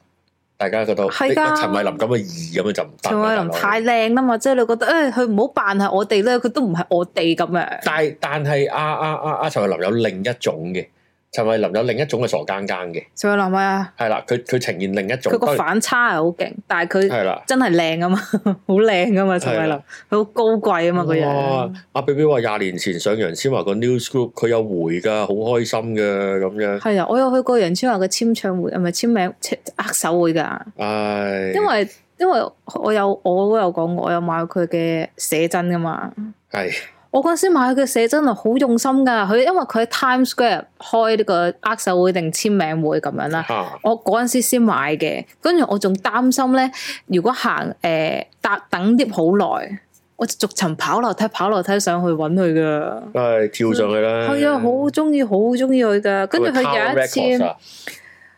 Speaker 1: 大家覺得
Speaker 2: 係㗎
Speaker 1: 你陳慧琳咁嘅兒咁樣就唔得
Speaker 2: 陳
Speaker 1: 啦。
Speaker 2: 慧
Speaker 1: 大
Speaker 2: 琳
Speaker 1: 佬
Speaker 2: 太靚啦嘛，即係你覺得，誒佢唔好扮係我哋咧，佢都唔係我哋咁樣，
Speaker 1: 但但係阿阿阿阿陳慧琳有另一種嘅，陳慧琳有另一種嘅傻更更嘅，
Speaker 2: 陳慧琳啊，
Speaker 1: 係啦，佢佢呈現另一種，
Speaker 2: 佢個
Speaker 1: 當然
Speaker 2: 反差係好勁，但係佢
Speaker 1: 係啦。
Speaker 2: 真係靚啊嘛， 好靚啊嘛，陳慧琳，佢好高貴啊嘛，個
Speaker 1: 哇
Speaker 2: 樣，！
Speaker 1: 阿 B B 話廿年前上楊千嬅個 news group，佢有回噶，好開心嘅咁樣。
Speaker 2: 係啊，我有去過楊千嬅嘅簽唱會，係咪簽名簽握手會㗎？
Speaker 1: 唉，
Speaker 2: 因為因為我有我都有講過，我有買佢嘅寫真㗎嘛。
Speaker 1: 係
Speaker 2: 我嗰陣時買佢嘅寫真係好用心㗎，佢因為佢喺 Times Square 開呢個握手會定簽名會咁樣啦。
Speaker 1: 嚇
Speaker 2: 我嗰陣時先買嘅，跟住我仲擔心咧，如果行誒搭、等 lift 好耐，我就逐層跑樓梯跑樓梯上去揾佢噶。
Speaker 1: 唉，跳上去啦。
Speaker 2: 係啊，好中意，好中意佢噶。跟住佢有一次，
Speaker 1: 係咪 Tower Records
Speaker 2: 應
Speaker 1: 啊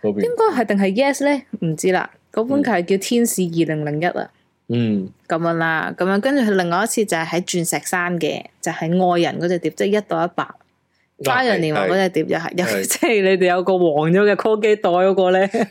Speaker 1: 嗰邊，
Speaker 2: 該係定係 Yes 咧，唔知啦。嗰本佢係叫《天使二零零一》啊，
Speaker 1: 嗯
Speaker 2: 咁樣啦，咁樣跟住佢另外一次就係喺鑽石山嘅，就係、愛人嗰只碟，即係一到一百。花樣年華嗰隻碟又係，
Speaker 1: 係
Speaker 2: 有即係你哋有個黃咗嘅 call 機袋嗰個 咧，
Speaker 1: 隻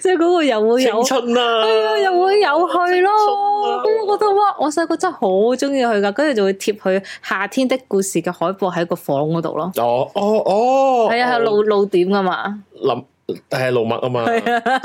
Speaker 2: 即係嗰個又會有
Speaker 1: 青。春啦，
Speaker 2: 係啊，又會有去
Speaker 1: 啊
Speaker 2: 咯。咁我覺得哇，我細個真係好中意佢噶，跟住就會貼佢《夏天的故事》嘅海報喺個房嗰度咯。
Speaker 1: 哦哦哦，
Speaker 2: 係啊，係露露點噶嘛，
Speaker 1: 林係露麥啊嘛，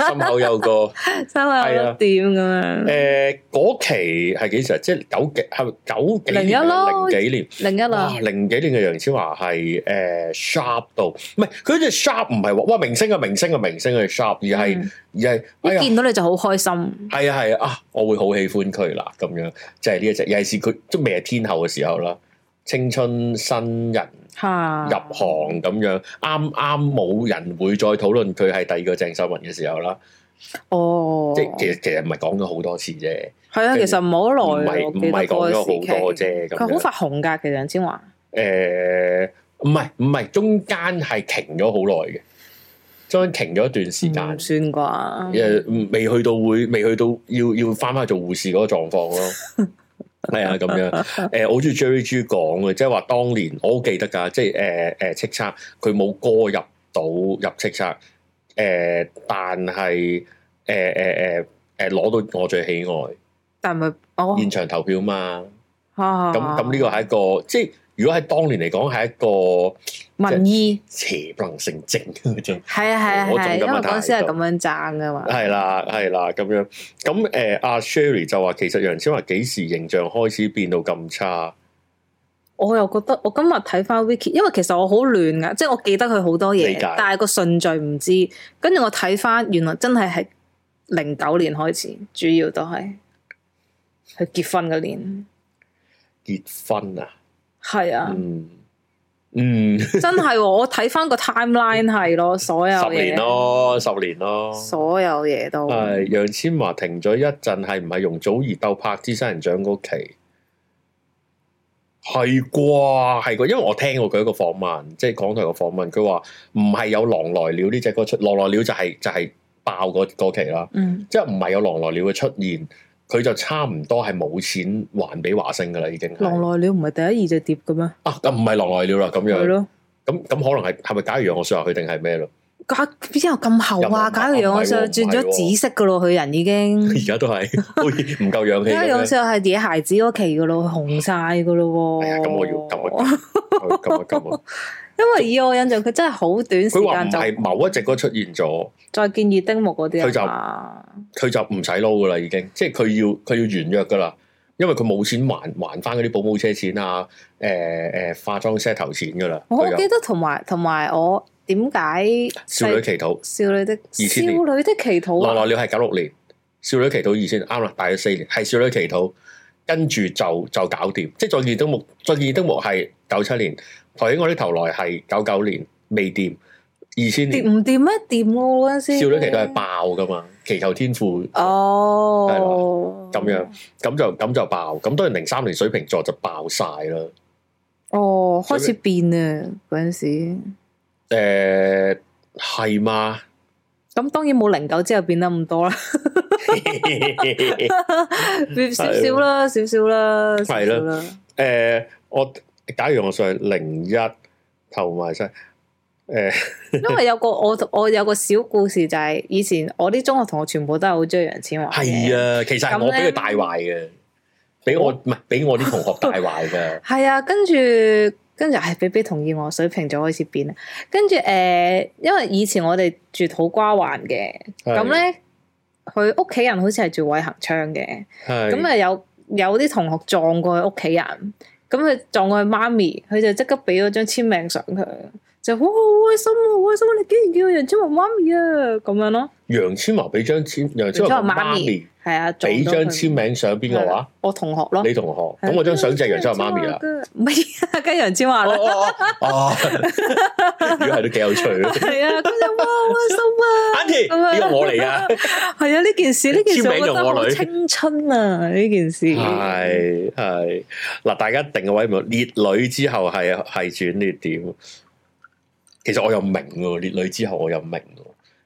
Speaker 1: 心口有個
Speaker 2: 三位有
Speaker 1: 係啊
Speaker 2: 粒點咁樣。
Speaker 1: 誒嗰期係幾時啊？即係九幾係咪九幾年定
Speaker 2: 零一
Speaker 1: 係
Speaker 2: 咯
Speaker 1: 零幾年？
Speaker 2: 另一啦
Speaker 1: 哇！，零幾年嘅楊千嬅係誒 sharp 到，唔係佢隻 sharp 唔係話哇明星啊明星啊明星嘅 sharp，而係、
Speaker 2: 嗯
Speaker 1: 而係哎
Speaker 2: 一
Speaker 1: 呀
Speaker 2: 見到你就好開心。
Speaker 1: 係啊係啊啊！我會好喜歡佢啦，咁樣就係呢一隻，尤其是佢都未係天后嘅時候啦，青春新人
Speaker 2: 嚇
Speaker 1: 入行咁樣，啱啱冇人會再討論佢係第二個鄭秀文嘅時候啦，
Speaker 2: 哦，
Speaker 1: 即係其實其實唔係講咗好多次啫，
Speaker 2: 係啊，其實唔好
Speaker 1: 唔
Speaker 2: 耐
Speaker 1: 係
Speaker 2: 喎，
Speaker 1: 唔
Speaker 2: 我記得
Speaker 1: 係
Speaker 2: 嗰個
Speaker 1: 講咗
Speaker 2: 時
Speaker 1: 好多
Speaker 2: 期。
Speaker 1: 啫，咁
Speaker 2: 佢好
Speaker 1: 樣
Speaker 2: 快紅㗎，其實楊千嬅。
Speaker 1: 誒，唔係唔係，中間係停咗好耐嘅，中間停咗一段時
Speaker 2: 唔
Speaker 1: 間，
Speaker 2: 算啩，
Speaker 1: 誒、呃未去到會，未去到要要翻翻去做護士嗰個狀況咯。係啊，咁樣誒、我好中意 Jerry G 講嘅，即係話當年我好記得㗎，即係誒誒叱咤，佢冇歌入到入叱咤，誒、呃但係呃誒誒誒誒呃攞到我最喜愛
Speaker 2: 但係咪哦
Speaker 1: 現場投票嘛，
Speaker 2: 咁
Speaker 1: 咁
Speaker 2: 啊
Speaker 1: 咁呢個係一個即係如果喺當年嚟講係一個
Speaker 2: 民意
Speaker 1: 邪不能勝正嗰種。
Speaker 2: 係啊係啊
Speaker 1: 我仲
Speaker 2: 係啊，因
Speaker 1: 咁
Speaker 2: 為
Speaker 1: 嘅
Speaker 2: 嗰陣時係
Speaker 1: 態度
Speaker 2: 咁樣爭㗎嘛。
Speaker 1: 係啦，係啦，咁樣咁誒，阿、Sherry 就話其實楊千嬅幾時形象開始變到咁差？
Speaker 2: 我又覺得我今日睇翻 Wiki，因為其實我好亂噶，即係我記得佢好多嘢
Speaker 1: 理解，
Speaker 2: 但係個順序唔知。跟住我睇翻，原來真係係零九年開始，主要都係佢結婚嗰年。
Speaker 1: 結婚啊？
Speaker 2: 係啊，
Speaker 1: 嗯 嗯，十
Speaker 2: 真係喎我睇翻個 timeline 係 咯，所有啊嘢，
Speaker 1: 年咯，十年咯。
Speaker 2: 所有嘢都
Speaker 1: 係楊千嬅停咗一陣，係唔係容祖兒鬥拍《資新人獎》嗰期？係啩？係啩？因為我聽過佢一個訪問，即係港台個訪問，佢話唔係有《狼來了》呢只歌出，《狼來了》就係、就係、爆嗰嗰期啦，
Speaker 2: 嗯，
Speaker 1: 即係唔係有《狼來了》嘅出現，佢就差唔多係冇錢還俾華星噶啦，已經係
Speaker 2: 狼來了唔係第一二隻碟嘅咩？
Speaker 1: 啊，咁唔係《狼來了》啦，咁
Speaker 2: 係
Speaker 1: 樣
Speaker 2: 咯，
Speaker 1: 咁咁可能係係咪假如讓我上去定係咩咯？
Speaker 2: 假邊有咁厚啊？
Speaker 1: 又唔係
Speaker 2: 假如讓我上
Speaker 1: 唔係喎
Speaker 2: 轉咗紫色嘅咯，佢人已經。
Speaker 1: 而家都係好似唔夠氧氣
Speaker 2: 假
Speaker 1: 咁
Speaker 2: 如讓我
Speaker 1: 樣。
Speaker 2: 上係野孩子嗰期嘅咯，佢紅晒嘅咯
Speaker 1: 哎呀，
Speaker 2: 喎。
Speaker 1: 咁我要撳啊撳啊撳啊撳啊！
Speaker 2: 因為以我印象，佢真係好短時
Speaker 1: 佢話唔
Speaker 2: 間就
Speaker 1: 係某一隻歌出現咗，
Speaker 2: 再見熱丁木嗰啲啊
Speaker 1: 佢就
Speaker 2: 嘛
Speaker 1: 佢就唔使撈噶啦，已經，即係佢要佢要完約噶啦，因為佢冇錢還還翻嗰啲保姆車錢啊，誒、誒、化妝 set 頭錢噶啦，
Speaker 2: 我
Speaker 1: 佢有
Speaker 2: 記得同埋同埋我點解
Speaker 1: 少女祈禱，
Speaker 2: 少女的少
Speaker 1: 千年
Speaker 2: 女的祈禱
Speaker 1: 來
Speaker 2: 啊？
Speaker 1: 來了係九六年，少女祈禱二千啱啦，大約四年，係少女祈禱，跟住就就搞掂，即係再見燈木，再見燈木係九七年，抬起我啲頭來係九九年未掂，二千
Speaker 2: 掂
Speaker 1: 年
Speaker 2: 唔掂咩？掂咯嗰陣時。
Speaker 1: 少女祈禱係爆噶嘛，祈求天賦。係
Speaker 2: 哦，
Speaker 1: 咁樣，咁就咁就爆，咁當然零三年水瓶座就爆晒啦。
Speaker 2: 哦，
Speaker 1: 所以
Speaker 2: 開始變啊嗰陣時，
Speaker 1: 誒係嘛？
Speaker 2: 咁當然冇零九之後變得咁多啦，
Speaker 1: 誒嗯
Speaker 2: 變少少啦，少少啦，少
Speaker 1: 係
Speaker 2: 少
Speaker 1: 啊啦
Speaker 2: 啦，
Speaker 1: 我假如我上去零一投埋晒，誒
Speaker 2: 因為有個我我有個小故事就係以前我啲中學同學全部都係好中意楊千嬅嘅，。
Speaker 1: 係啊，其實係我俾佢帶壞嘅，俾我唔係俾我啲同學帶壞 嘅
Speaker 2: 係啊，跟住跟住，唉，比比同意我，水瓶就開始變啦。跟住誒、呃因為以前我哋住土瓜灣嘅，咁咧佢屋企人好似係住偉恒昌嘅，
Speaker 1: 係，
Speaker 2: 咁
Speaker 1: 咁
Speaker 2: 啊有有啲同學撞過佢屋企人，咁佢撞過佢媽咪，佢就即刻俾咗張簽名相佢，就哇好開心啊，好開心啊！你竟然叫我楊千嬅媽咪啊，咁樣咯，
Speaker 1: 楊千嬅俾張簽，楊千嬅個媽咪
Speaker 2: 係啊，撞
Speaker 1: 俾
Speaker 2: 到
Speaker 1: 張
Speaker 2: 佢
Speaker 1: 簽名相邊個話？
Speaker 2: 我同學咯，啊
Speaker 1: 你同學，咁我張啊相就係啊楊千嬅媽咪啦。
Speaker 2: 跟，唔係啊，跟楊千嬅
Speaker 1: 哦
Speaker 2: 啦。
Speaker 1: 哦哦哦， 如果係都幾有趣咯。
Speaker 2: 系啊，咁就哇好
Speaker 1: Auntie，呢個我嚟噶。
Speaker 2: 開心啊！係啊，呢件事呢件事，
Speaker 1: 簽
Speaker 2: 我
Speaker 1: 名
Speaker 2: 覺得
Speaker 1: 用我
Speaker 2: 好
Speaker 1: 女
Speaker 2: 青春啊！呢件事
Speaker 1: 系系嗱，大家定個位唔好烈女之後係係轉捩點。其實我又明喎，烈女之後我又明喎，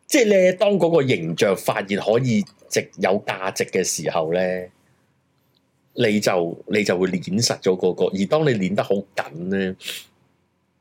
Speaker 1: 即係咧，當嗰個形象發現可以值有價值嘅時候咧，你就你就會練實咗嗰、個，而當你練得好緊咧，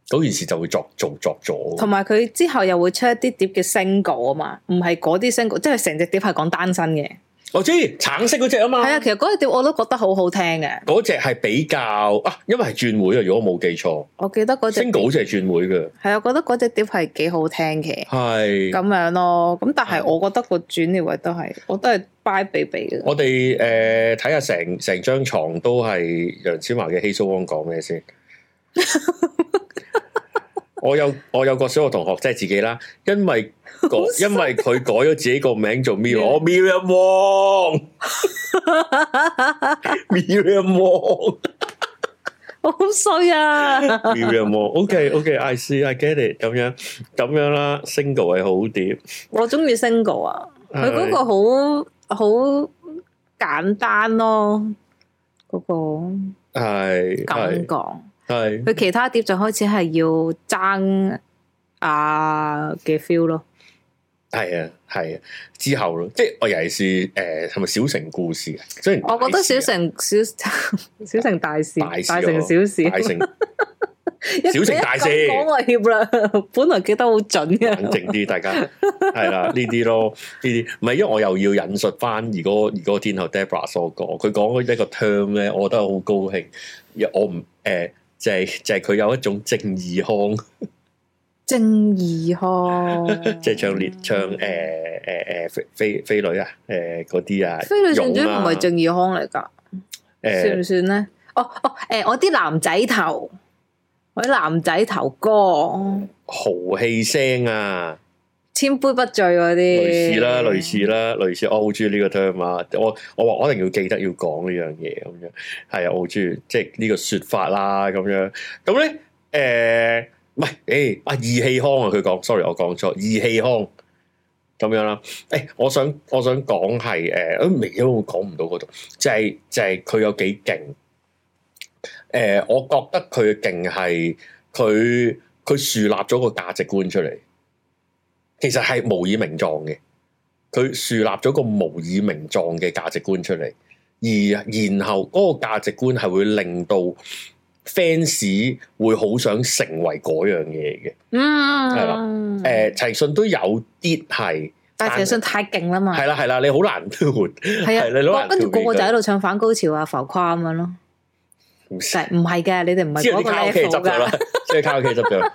Speaker 1: 嗰件事就會作做作
Speaker 2: 同
Speaker 1: 咗。
Speaker 2: 埋佢之後又會出一啲碟嘅 single 啊嘛，唔係嗰啲 single，即係成隻碟係講單身嘅。
Speaker 1: 我知橙色嗰只啊嘛，
Speaker 2: 係啊，其實嗰隻碟我都覺得好好聽嘅。
Speaker 1: 嗰只係比較啊，因為係轉會啊，如果我冇記錯
Speaker 2: 我記得嗰隻
Speaker 1: ，single 好似係轉會嘅，
Speaker 2: 係啊，覺得嗰隻碟係幾好聽嘅
Speaker 1: 係。
Speaker 2: 咁樣咯。咁但係
Speaker 1: 係
Speaker 2: 我覺得個轉捩位都係，我都係 bye 比比嘅。
Speaker 1: 我哋誒睇下成成張床都係楊千嬅嘅《希蘇汪》講 咩先？我有我有個小學同學即係自己啦，因為改因為佢改咗自己個名做哦 Miu，我 Miu 汪 Miu 汪
Speaker 2: 我 好衰啊！
Speaker 1: Miu 汪，OK OK，I see I get it，咁樣咁樣啦，single 係好啲，
Speaker 2: 我中意 single 啊，佢嗰個好好簡單咯，嗰、
Speaker 1: 係
Speaker 2: 個感
Speaker 1: 係
Speaker 2: 覺。
Speaker 1: 係
Speaker 2: 佢其他碟就開始係要爭啊嘅 feel 咯，
Speaker 1: 係啊係啊，之後咯，即係我尤其是誒係咪小城故事啊？雖然
Speaker 2: 我覺得
Speaker 1: 大事
Speaker 2: 小
Speaker 1: 啊
Speaker 2: 城小小 城大事，
Speaker 1: 大事啊
Speaker 2: 大城小事，
Speaker 1: 大城
Speaker 2: 一
Speaker 1: 小城大事
Speaker 2: 一講我怯啦，本來記得好準
Speaker 1: 冷
Speaker 2: 嘅，
Speaker 1: 靜啲，大家 係啦，呢啲咯，呢啲唔係，因為我又要引述翻而嗰而嗰個天后 Debra 所講，佢講嗰一個 term 咧，我覺得好高興，我唔誒、呃就係、就係、佢有一種正義腔，
Speaker 2: 正義呵，
Speaker 1: 即係唱
Speaker 2: 嗯
Speaker 1: 列唱誒誒誒飛飛飛女啊，誒嗰啲啊，
Speaker 2: 飛女正傳
Speaker 1: 勇啊
Speaker 2: 唔係正義腔嚟㗎。算
Speaker 1: 誒
Speaker 2: 唔算咧？哦哦，诶、我啲男仔頭，我啲男仔頭歌，
Speaker 1: 豪氣聲啊！
Speaker 2: 千杯不醉嗰啲，
Speaker 1: 類似啦，類似啦，類似。哦我好中意呢個 term 啊！我我話我一定要記得要講呢樣嘢咁樣，係啊，我好中意即係呢個説法啦咁樣。咁咧誒，唔係誒啊義氣腔啊，佢講，sorry，我講錯，義氣腔咁樣啦。誒、我想我想講係誒，呃都未因為我講唔到嗰度，就係、就係、佢有幾勁。誒、诶、我覺得佢勁係佢佢樹立咗個價值觀出嚟，其實係無以名狀嘅。佢樹立咗個無以名狀嘅價值觀出嚟，而然後嗰個價值觀係會令到 fans 會好想成為嗰樣嘢嘅。
Speaker 2: 嗯，
Speaker 1: 係啦
Speaker 2: 啦
Speaker 1: 诶、陳奕迅都有啲係，
Speaker 2: 但係陳奕迅太勁啦嘛，
Speaker 1: 係啦係啦，你好難 換。
Speaker 2: 係
Speaker 1: 係你攞
Speaker 2: 啊，
Speaker 1: 人
Speaker 2: 跟住
Speaker 1: 條
Speaker 2: 個個就
Speaker 1: 片
Speaker 2: 喺度唱反高潮啊、浮誇咁樣咯，
Speaker 1: 唔識
Speaker 2: 但係唔係嘅，你哋唔係
Speaker 1: 之後
Speaker 2: 嗰
Speaker 1: 啲
Speaker 2: 個
Speaker 1: 卡拉 OK
Speaker 2: level
Speaker 1: 執咗啦
Speaker 2: 㗎，，
Speaker 1: 即係卡拉 OK 執咗啦。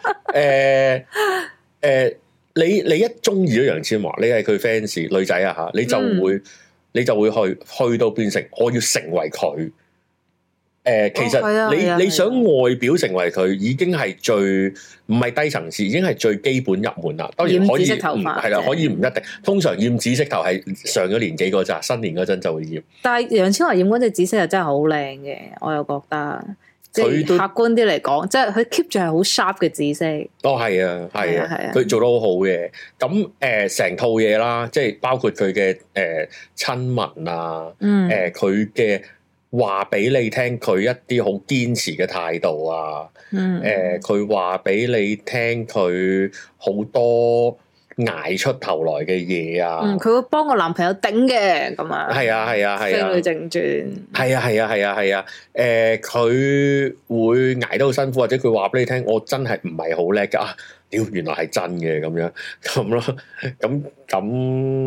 Speaker 1: 誒誒，你你一中意咗楊千嬅，你係佢 fans 女仔啊嚇，你就
Speaker 2: 嗯
Speaker 1: 會、你就會去去到變成我要成為佢。誒、其實
Speaker 2: 哦係啊
Speaker 1: 你、
Speaker 2: 係啊
Speaker 1: 你
Speaker 2: 係啊
Speaker 1: 想外表成為佢，已經係最唔係低層次，已經係最基本入門啦。當然
Speaker 2: 染
Speaker 1: 可以
Speaker 2: 紫色頭
Speaker 1: 唔
Speaker 2: 髮
Speaker 1: 係啦，
Speaker 2: 啫
Speaker 1: 可以唔一定。通常染紫色頭係上咗年紀嗰陣，新年嗰陣就會染。
Speaker 2: 但係楊千嬅染嗰隻紫色又真係好靚嘅，我又覺得。即
Speaker 1: 佢都
Speaker 2: 係客觀啲嚟講，即係佢 keep 住係好 sharp 嘅紫色，
Speaker 1: 哦，係啊，係
Speaker 2: 係啊係啊，
Speaker 1: 啊佢做得好好嘅。咁誒，成、套嘢啦，即係包括佢嘅誒親民啊，
Speaker 2: 嗯，
Speaker 1: 誒佢嘅話俾你聽，佢一啲好堅持嘅態度啊，
Speaker 2: 嗯，
Speaker 1: 誒佢話俾你聽，佢好多捱出頭來嘅嘢
Speaker 2: 嗯，
Speaker 1: 啊，
Speaker 2: 佢會幫個男朋友頂嘅咁啊，
Speaker 1: 係、啊，係啊，係
Speaker 2: 飛女
Speaker 1: 啊。
Speaker 2: 正傳，
Speaker 1: 係啊係啊係啊係啊，誒佢、會捱得好辛苦，或者佢話俾你聽，我真係唔係好叻㗎啊！屌，原來係真嘅咁樣咁咯，咁咁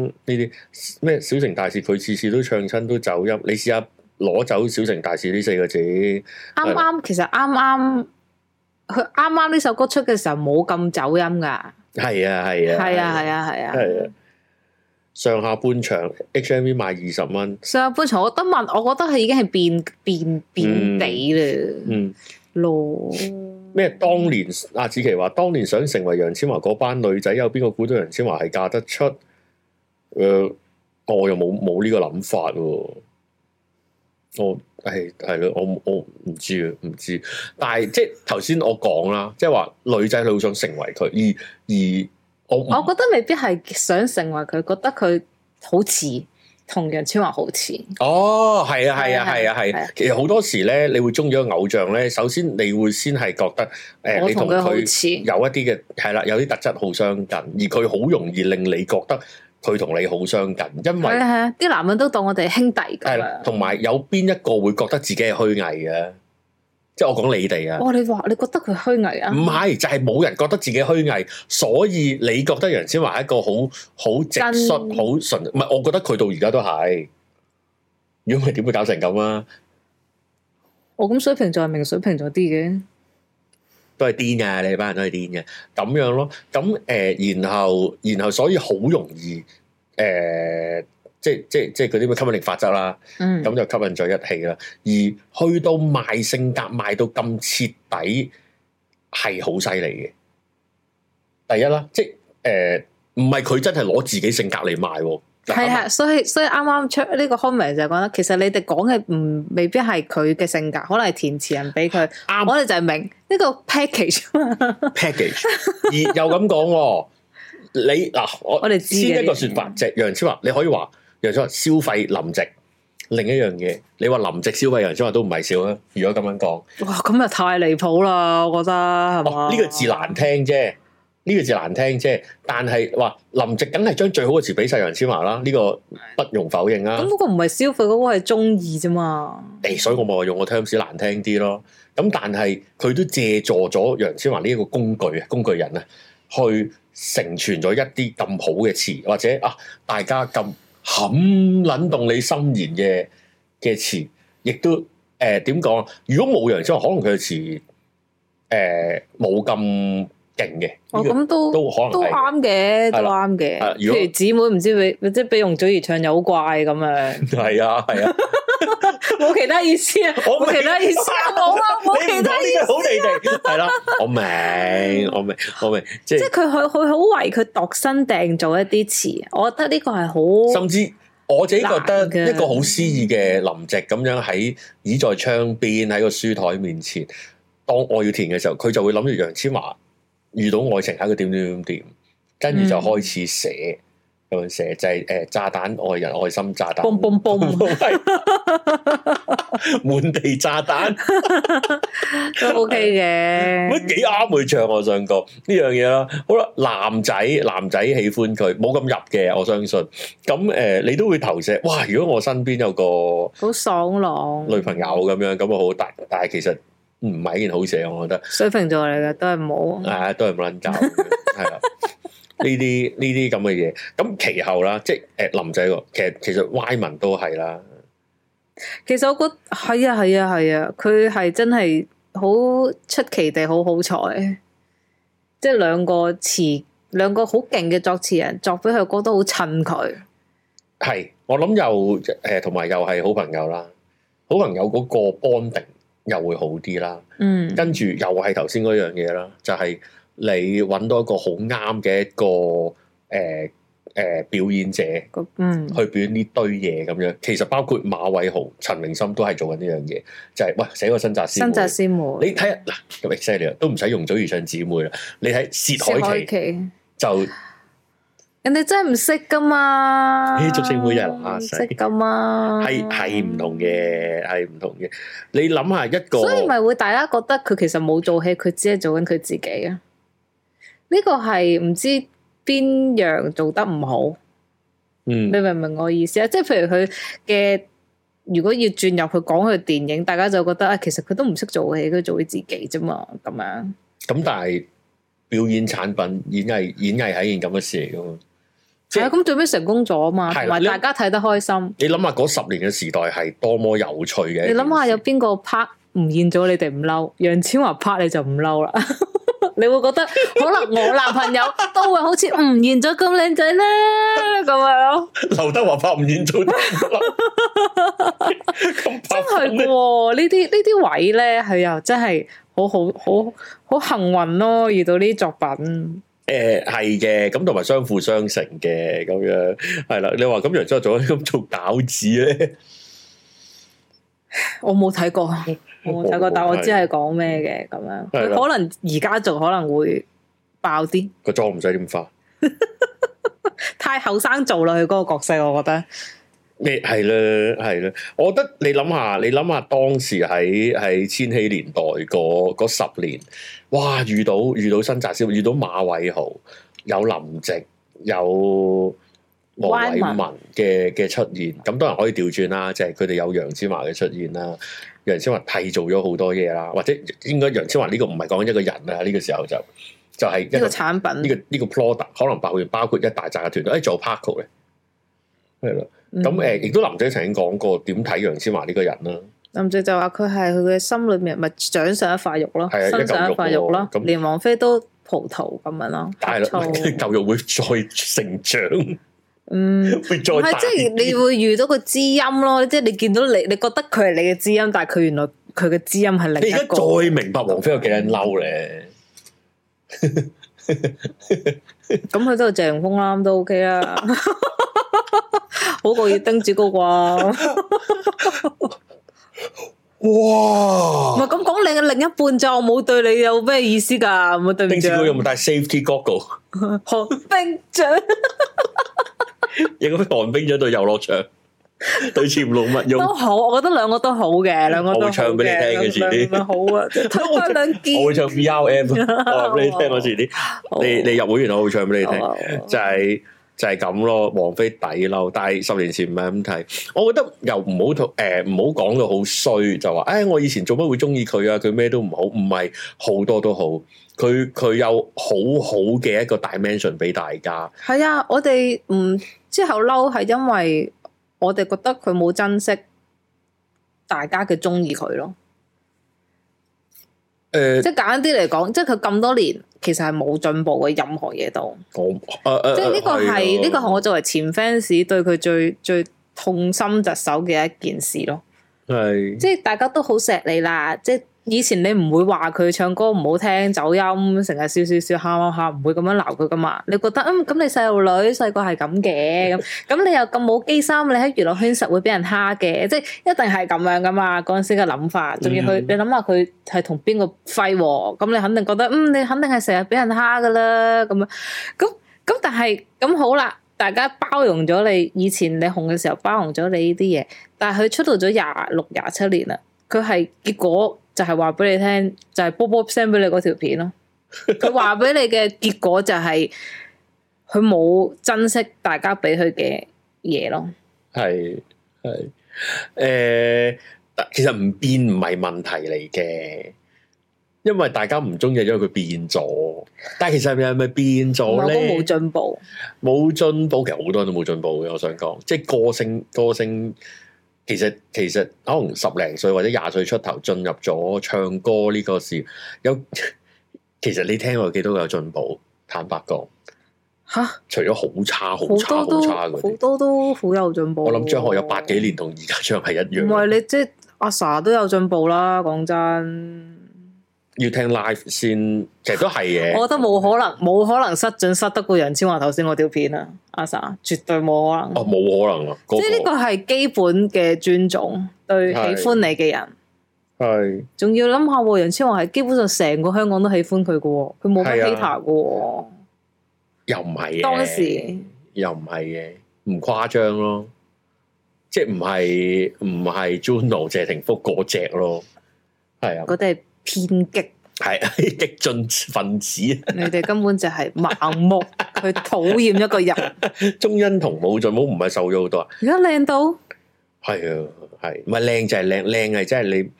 Speaker 1: 呢啲咩小城大事，佢次次都唱親都走音，你試下攞走小城大事呢四個字，
Speaker 2: 啱啱其實啱啱佢啱啱呢首歌出嘅時候冇咁走音噶，
Speaker 1: 係啊係啊
Speaker 2: 係啊係啊係啊。
Speaker 1: 係啊，上下半場 H M V 賣二十蚊，
Speaker 2: 上半場我得問，我覺得佢已經係變變變地啦
Speaker 1: 嗯。
Speaker 2: 咯。
Speaker 1: 咩？當年阿子琪話，當年想成為楊千嬅嗰班女仔，有邊個估到楊千嬅係嫁得出？誒、我又冇冇呢個諗法喎、我係係咯，我我唔知啊，唔知。但係即係頭先我講啦，即係話女仔佢好想成為佢，而而我唔
Speaker 2: 我覺得未必係想成為佢，覺得佢好似同楊千嬅好似，
Speaker 1: 哦，係啊，係
Speaker 2: 係
Speaker 1: 啊，
Speaker 2: 啊
Speaker 1: 係啊，
Speaker 2: 係啊
Speaker 1: 係啊。其實好多時咧，你會中意一個偶像咧，首先你會先係覺得誒、
Speaker 2: 我
Speaker 1: 你
Speaker 2: 同
Speaker 1: 同
Speaker 2: 佢好
Speaker 1: 佢。
Speaker 2: 似。
Speaker 1: 有一啲嘅係啦，有啲特質好相近，而佢好容易令你覺得佢同你好相近，因
Speaker 2: 係啊
Speaker 1: 為
Speaker 2: 係啊，啲男人都當我哋兄弟
Speaker 1: 係
Speaker 2: 咁
Speaker 1: 啦
Speaker 2: 啊，。
Speaker 1: 同埋有邊一個會覺得自己係虛偽嘅？即係我講你哋啊，
Speaker 2: 哦，你話你覺得佢虛偽啊？
Speaker 1: 唔係就係、冇人覺得自己虛偽，所以你覺得楊千嬅係一個好好直
Speaker 2: 真
Speaker 1: 率、好純，唔係我覺得佢到而家都係。如果唔係點會搞成咁啊？
Speaker 2: 我哦咁水瓶座係明水瓶座啲嘅，
Speaker 1: 都係癲嘅，你班人都係癲嘅，咁樣咯。咁誒、呃然後然後所以好容易誒、呃即即即嗰啲咩吸引力法則啦，
Speaker 2: 嗯，
Speaker 1: 咁就吸引咗一氣啦。而去到賣性格賣到咁徹底，係好犀利嘅。第一啦，即誒唔係佢真係攞自己性格嚟賣喎，
Speaker 2: 係啊，所以所以啱啱出呢個 comment 就係講得，其實你哋講嘅唔未必係佢嘅性格，可能係填詞人俾佢。
Speaker 1: 啱
Speaker 2: 我哋就係明呢個 package 啊嘛。
Speaker 1: package，而又咁講喎，你嗱我
Speaker 2: 我哋知嘅
Speaker 1: 先一個説法，就係楊千嬅，你可以話楊千嬅消費林夕。另一樣嘢，你話林夕消費楊千嬅都唔係少啊！如果咁樣講，
Speaker 2: 哇，咁又太離譜啦，我覺得係嘛？
Speaker 1: 哦呢、個字難聽啫，呢、個字難聽啫。但係話林夕梗係將最好嘅詞俾晒楊千嬅啦，呢、個不容否認啊啦、
Speaker 2: 咁嗰個唔係消費，嗰、個係中意啫嘛。
Speaker 1: 誒，所以我咪話用個 terms 難聽啲咯。咁但係佢都借助咗楊千嬅呢一個工具啊，工具人啊，去成全咗一啲咁好嘅詞，或者啊，大家咁冚撚動你心弦嘅嘅詞，亦都誒點講啊？如果冇楊千嬅，可能佢嘅詞誒冇咁勁嘅，
Speaker 2: 哦，
Speaker 1: 呢個
Speaker 2: 咁都
Speaker 1: 都可能
Speaker 2: 都
Speaker 1: 係嘅
Speaker 2: 啱嘅，都
Speaker 1: 係啦
Speaker 2: 啱嘅
Speaker 1: 係啦。如果
Speaker 2: 譬如姊妹唔知俾即係俾容祖兒唱又好怪咁 樣，
Speaker 1: 係啊係啊，
Speaker 2: 冇其他意思啊，
Speaker 1: 我
Speaker 2: 冇
Speaker 1: 明
Speaker 2: 其他意思啊，冇啊，
Speaker 1: 你
Speaker 2: 冇
Speaker 1: 唔講
Speaker 2: 其
Speaker 1: 呢
Speaker 2: 他意思
Speaker 1: 句好地地係啦，我明我明我明，即
Speaker 2: 即係
Speaker 1: 係
Speaker 2: 佢佢佢好為佢度身訂造一啲詞，我覺得呢個係好
Speaker 1: 甚至我自己覺得
Speaker 2: 哦難嘅
Speaker 1: 一個好詩意嘅林夕咁樣喺倚在窗邊喺個書台面前，當我要填嘅時候，佢就會諗住
Speaker 2: 嗯
Speaker 1: 楊千嬅遇到愛情喺佢點點點點，跟住就開始寫。咁樣寫就係誒炸彈愛人愛心炸彈，
Speaker 2: 嘣嘣嘣，
Speaker 1: 係滿地炸彈，
Speaker 2: 都 OK
Speaker 1: 乜
Speaker 2: 嘅。
Speaker 1: 幾啱佢唱我上過呢樣嘢啦。好啦，男仔男仔喜歡佢冇咁入嘅，我相信。咁誒、呃你都會投射。哇！如果我身邊有個
Speaker 2: 好爽朗，
Speaker 1: 女朋友咁樣，咁啊好大，但係其實唔係一件好事，我覺得。
Speaker 2: 水瓶座嚟嘅都係冇。
Speaker 1: 啊，都係冇撚搞，係啦。呢啲呢啲咁嘅嘢，咁其後啦，即係誒林仔個，其實其實 Y 文都係啦，
Speaker 2: 其實我覺得係啊係啊係啊，佢係真係好出奇地好好彩，即係兩個詞兩個好勁嘅作詞人作俾佢歌都好襯佢。
Speaker 1: 係我諗又誒同埋又係好朋友啦，好朋友嗰個 bonding 又會好啲啦，
Speaker 2: 嗯，
Speaker 1: 跟住又係頭先嗰樣嘢啦，就係、你揾到一個好啱嘅一個誒誒、呃呃表演者
Speaker 2: 個嗯
Speaker 1: 去表演呢堆嘢咁樣，其實包括馬偉豪、陳明心都係做緊呢樣嘢，就係、喂寫個新紮師
Speaker 2: 新
Speaker 1: 妹
Speaker 2: 紮師妹，
Speaker 1: 你睇下嗱，咁 e 犀利啦，都唔使用祖兒唱姊妹啦。你睇薛
Speaker 2: 薛
Speaker 1: 凱
Speaker 2: 凱
Speaker 1: 琪
Speaker 2: 琪，
Speaker 1: 就
Speaker 2: 人哋真係唔識噶嘛？
Speaker 1: 咦竹升妹真係乸
Speaker 2: 唔
Speaker 1: 死
Speaker 2: 識噶嘛？
Speaker 1: 啊係係唔同。嘅，係唔同嘅。你諗下一個，
Speaker 2: 所以咪會大家覺得佢其實冇做戲，佢只係做緊佢自己啊！呢個係唔知邊樣做得唔好，
Speaker 1: 嗯
Speaker 2: 你明唔明我意思啊？即係譬如佢嘅，如果要轉入去講佢電影，大家就覺得啊，其實佢都唔識做戲，佢做佢自己啫嘛，咁樣
Speaker 1: 咁，但係表演產品演藝演藝係一件咁嘅事嚟噶嘛。即
Speaker 2: 係
Speaker 1: 係
Speaker 2: 啊，咁最尾成功咗嘛，
Speaker 1: 係啦
Speaker 2: 同埋
Speaker 1: 你
Speaker 2: 大家睇得開心。
Speaker 1: 你諗下嗰十年嘅時代係多麼有趣嘅。
Speaker 2: 你諗下有邊個拍吳彥祖你哋唔嬲，楊千嬅拍你就唔嬲啦。 你會覺得可能我男朋友都會好似吳彥祖咁靚仔啦，咁樣咯，
Speaker 1: 劉德華拍吳 彥祖得唔得啦咁
Speaker 2: 真係
Speaker 1: 拍
Speaker 2: 嘅喎。呢啲呢啲位咧，佢又真係好好好好幸運咯，遇到呢啲作品。
Speaker 1: 誒係嘅，咁同埋相輔相成嘅咁樣係啦。你話咁楊千嬅做 咁做餃子咧？
Speaker 2: 我冇 睇過，我冇睇過，但我知係
Speaker 1: 係
Speaker 2: 講咩嘅咁樣。
Speaker 1: 係啦
Speaker 2: 佢可能而家仲可能會爆啲，
Speaker 1: 個妝唔使點化。
Speaker 2: 太後生做啦佢嗰個角色，我覺得。
Speaker 1: 你係啦，係啦，我覺得你諗下，你諗下當時喺喺千禧年代嗰嗰十年，哇！遇到遇到新澤師，遇到馬偉豪，有林夕，有黃偉
Speaker 2: Y
Speaker 1: 文嘅嘅出現，咁當然可以調轉啦，即係佢哋有楊千嬅嘅出現啦，楊千嬅替做咗好多嘢啦，或者應該楊千嬅呢個唔係講一個人啦，呢、個時候就就係、
Speaker 2: 呢
Speaker 1: 一
Speaker 2: 個
Speaker 1: 個
Speaker 2: 產
Speaker 1: 呢、
Speaker 2: 品
Speaker 1: 個呢、個 product 可能包括包括一大扎嘅團隊，誒做 Paco 咧，係啦，咁呃
Speaker 2: 嗯
Speaker 1: 誒亦都林仔曾經講過點睇楊千嬅呢個人啦，
Speaker 2: 林夕就話佢係佢嘅心裏面咪掌上一塊肉咯，
Speaker 1: 係啊
Speaker 2: 身上一塊肉咯
Speaker 1: 一嚿肉喎咁，
Speaker 2: 連王菲都葡萄咁樣咯，
Speaker 1: 但 係啦，
Speaker 2: 呷醋
Speaker 1: 舊肉會再成長，
Speaker 2: 嗯，唔
Speaker 1: 會再
Speaker 2: 係
Speaker 1: 大
Speaker 2: 即係你會遇到個知音咯，即係你見到你，你覺得佢係你嘅知音，但係佢原來佢嘅知音係另
Speaker 1: 你而
Speaker 2: 一個，
Speaker 1: 家再明白王菲有幾撚嬲咧，
Speaker 2: 咁佢都係謝霆鋒啦，咁都 OK 啦， 好過要叮子高啩，
Speaker 1: 哦
Speaker 2: 唔係
Speaker 1: 哇！
Speaker 2: 咁講你嘅另一半就冇對你有咩意思㗎，冇對唔
Speaker 1: 丁
Speaker 2: 住
Speaker 1: 子，高有冇戴 safety goggle？
Speaker 2: 寒哦 冰掌。
Speaker 1: 亦咁寒冰咗對遊樂場， 對潛龍勿用，
Speaker 2: 都好，我覺得兩個都好嘅，兩個都
Speaker 1: 我
Speaker 2: 好
Speaker 1: 會唱俾你聽嘅遲啲
Speaker 2: 兩個 好啊，推開兩
Speaker 1: 我會
Speaker 2: 件。
Speaker 1: 唱 V R M，我話俾你聽，我遲啲
Speaker 2: 好啊
Speaker 1: 你你入會員，我會唱俾你聽。
Speaker 2: 好啊
Speaker 1: 就係、就係咁咯，王菲抵嬲，但係十年前唔係咁睇。我覺得又唔好同誒唔好講到好衰，就話誒、唉我以前做乜會中意佢啊？佢咩都唔好，唔係好多都好。佢佢有好好嘅一個 dimension 俾大家，
Speaker 2: 係啊，我哋唔之後嬲係因為我哋覺得佢冇珍惜大家嘅中意佢咯，
Speaker 1: 誒、
Speaker 2: 即係簡單啲嚟講，即係佢咁多年其實係冇進步嘅任何嘢度，
Speaker 1: 我呃誒誒，
Speaker 2: 即係呢個
Speaker 1: 啊
Speaker 2: 係呢個係我作為前 fans 對佢最最痛心疾首嘅一件事咯。
Speaker 1: 個係
Speaker 2: 即係大家都好錫你啦，即係以前你唔會話佢唱歌唔好聽、走音，成日笑笑笑、喊喊喊，唔會咁樣鬧佢噶嘛？你覺得嗯咁你細路女細個係咁嘅，咁咁你又咁冇機心，你喺娛樂圈實會俾人蝦嘅，即係一定係咁樣噶嘛？嗰陣時嘅諗法，仲要佢、
Speaker 1: 嗯
Speaker 2: 你諗下佢係同邊個揮喎？咁你肯定覺得嗯你肯定係成日俾人蝦噶啦咁樣，咁咁但係咁好啦，但大家包容咗你以前你紅嘅時候包容咗你呢啲嘢，但係佢出道咗廿六廿七年啦，佢係結果就係話俾你聽，就係波波 send 俾你嗰條片咯。佢話俾你嘅結果就係佢冇珍惜大家俾佢嘅嘢咯。
Speaker 1: 係係誒，但其實唔變唔係問題嚟嘅，因為大家唔中意，因為佢變咗。但係其實係咪變
Speaker 2: 我
Speaker 1: 咗
Speaker 2: 都
Speaker 1: 咧
Speaker 2: 冇？進步，
Speaker 1: 冇進步，其實好多人都冇進步嘅。我想講，即係個性個性，其實其實可能十零歲或者廿歲出頭進入咗唱歌呢個事，有 其實你聽我幾多有進步？坦白講，
Speaker 2: 吓
Speaker 1: 除咗好差、好差、
Speaker 2: 好多
Speaker 1: 好
Speaker 2: 都
Speaker 1: 差嗰
Speaker 2: 好
Speaker 1: 啲，
Speaker 2: 多都好有進步。
Speaker 1: 我諗張學友八幾年同而家張係一
Speaker 2: 唔係
Speaker 1: 樣。
Speaker 2: 你即係阿 sa 都有進步啦，講真，
Speaker 1: 要聽 live 先，其實都係嘅。
Speaker 2: 我覺得冇可能，冇可能失準失得過楊千嬅頭先嗰條片啊，阿 sa 絕對冇可能。
Speaker 1: 哦，冇可能啊！
Speaker 2: 即係呢個係基本嘅尊重，對喜
Speaker 1: 係
Speaker 2: 歡你嘅人，
Speaker 1: 個係
Speaker 2: 仲要諗下喎，楊千嬅係基本上成個香港都喜歡佢嘅喎，佢冇乜
Speaker 1: 係
Speaker 2: hater
Speaker 1: 啊
Speaker 2: 嘅喎，
Speaker 1: 又唔係嘅
Speaker 2: 當時
Speaker 1: 又唔係嘅，唔誇張咯，即係唔係唔係 Juno 謝霆鋒嗰只咯，係啊，
Speaker 2: 嗰啲係偏激，
Speaker 1: 係啊 激進分子，
Speaker 2: 你哋根本就係盲目 去討厭一個人。
Speaker 1: 鍾欣同武俊武唔係瘦咗好多啊，
Speaker 2: 而家靚到
Speaker 1: 係啊，係唔係靚就係靚，靚係真係你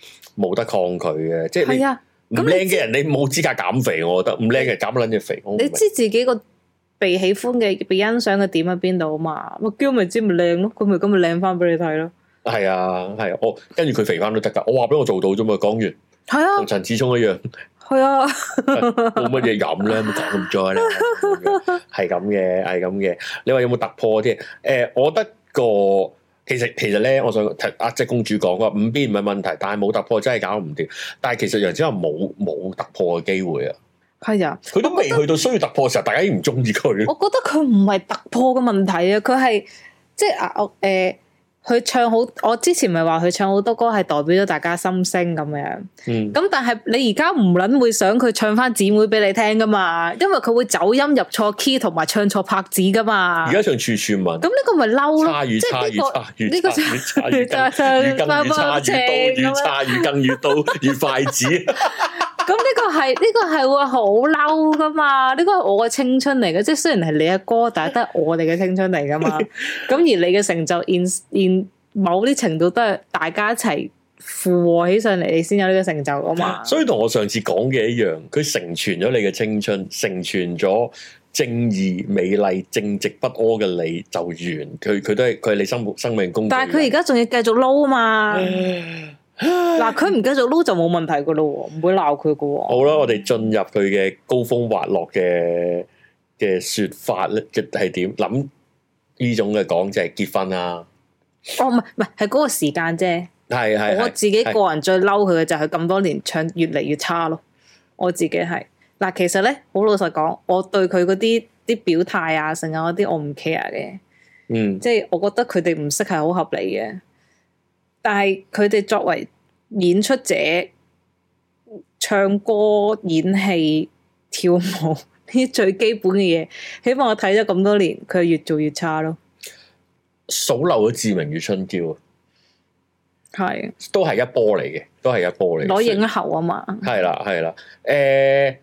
Speaker 1: 冇得抗拒嘅，即係
Speaker 2: 係啊，
Speaker 1: 你唔
Speaker 2: 咁你
Speaker 1: 靚嘅人你冇資格減肥，我覺得唔靚嘅人減撚隻肥，我唔
Speaker 2: 你
Speaker 1: 明
Speaker 2: 知自己個被喜歡嘅、被欣賞嘅點喺邊度啊嘛？咪嬌咪知咪靚咯，佢咪咁咪靚翻俾你睇咯。
Speaker 1: 係啊係啊，我跟住佢肥翻都得㗎，我話俾我做到啫嘛，講完
Speaker 2: 係啊
Speaker 1: 同，陳志聰一樣。
Speaker 2: 係啊，
Speaker 1: 冇乜嘢 飲咧，咪講咁多咧，係咁嘅，係咁嘅。你話有冇突破啲？誒、我覺得個其實其實咧，我想提阿即公主講話五邊唔係問題，但係冇突破真係搞唔掂。但係其實楊千嬅冇冇突破嘅機會啊！
Speaker 2: 係啊。
Speaker 1: 佢都未去到需要突破嘅時候，大家已經唔中意佢。
Speaker 2: 我覺得佢唔係突破嘅問題啊，佢係即係啊，我誒佢唱好，我之前咪話佢唱好多歌係代表咗大家心聲咁樣。
Speaker 1: 嗯，
Speaker 2: 咁但係你而家唔撚會想佢唱翻姊妹俾你聽噶嘛？因為佢會走音入錯 key 同埋唱錯拍子噶嘛。
Speaker 1: 而
Speaker 2: 咁
Speaker 1: 家唱處處聞，
Speaker 2: 呢個咪嬲
Speaker 1: 差
Speaker 2: 咯，
Speaker 1: 與
Speaker 2: 即
Speaker 1: 差
Speaker 2: 係
Speaker 1: 與
Speaker 2: 呢個
Speaker 1: 差與
Speaker 2: 呢個
Speaker 1: 差與差與
Speaker 2: 就係
Speaker 1: 更與更與差與刀
Speaker 2: 就
Speaker 1: 與
Speaker 2: 係
Speaker 1: 差與更與刀與筷子。
Speaker 2: 咁呢個係呢個係會好嬲噶嘛？呢個係我嘅青春嚟嘅，即係雖然係你嘅歌，但係都係我哋嘅青春嚟噶 嘛。咁而你嘅成就，in in 某啲程度都係大家一齊附和起上嚟，你先有呢個成就噶嘛。
Speaker 1: 所以同我上次講嘅一樣，佢成全咗你嘅青春，成全咗正義、美麗、正直不阿嘅你就完。佢佢都係佢係你生活生命工具。
Speaker 2: 但係佢而家仲要繼續撈啊嘛。嗱，佢唔繼續撈就冇問題噶咯喎，唔會鬧佢噶喎。
Speaker 1: 好啦，我哋進入佢嘅高峰滑落嘅嘅説法咧，嘅係點諗？呢種嘅講就係結婚啦，
Speaker 2: 哦，唔係唔係，係嗰個時間啫。
Speaker 1: 係係
Speaker 2: 我
Speaker 1: 係
Speaker 2: 自己
Speaker 1: 係
Speaker 2: 個人最嬲佢嘅就係佢咁多年唱越嚟越差咯。我自己係嗱，其實咧好老實講，我對佢嗰啲啲表態啊，成啊嗰啲我唔 care 嘅，
Speaker 1: 嗯
Speaker 2: 即係我覺得佢哋唔識係好合理嘅。但係佢哋作為演出者，唱歌、演戲、跳舞 呢啲最基本嘅嘢，起碼我睇咗咁多年，佢係越做越差咯。
Speaker 1: 數漏咗志明與春嬌，啊
Speaker 2: 係
Speaker 1: 都係一波嚟嘅，都係一波嚟嘅。
Speaker 2: 攞影后啊嘛，
Speaker 1: 係啦，係啦，誒、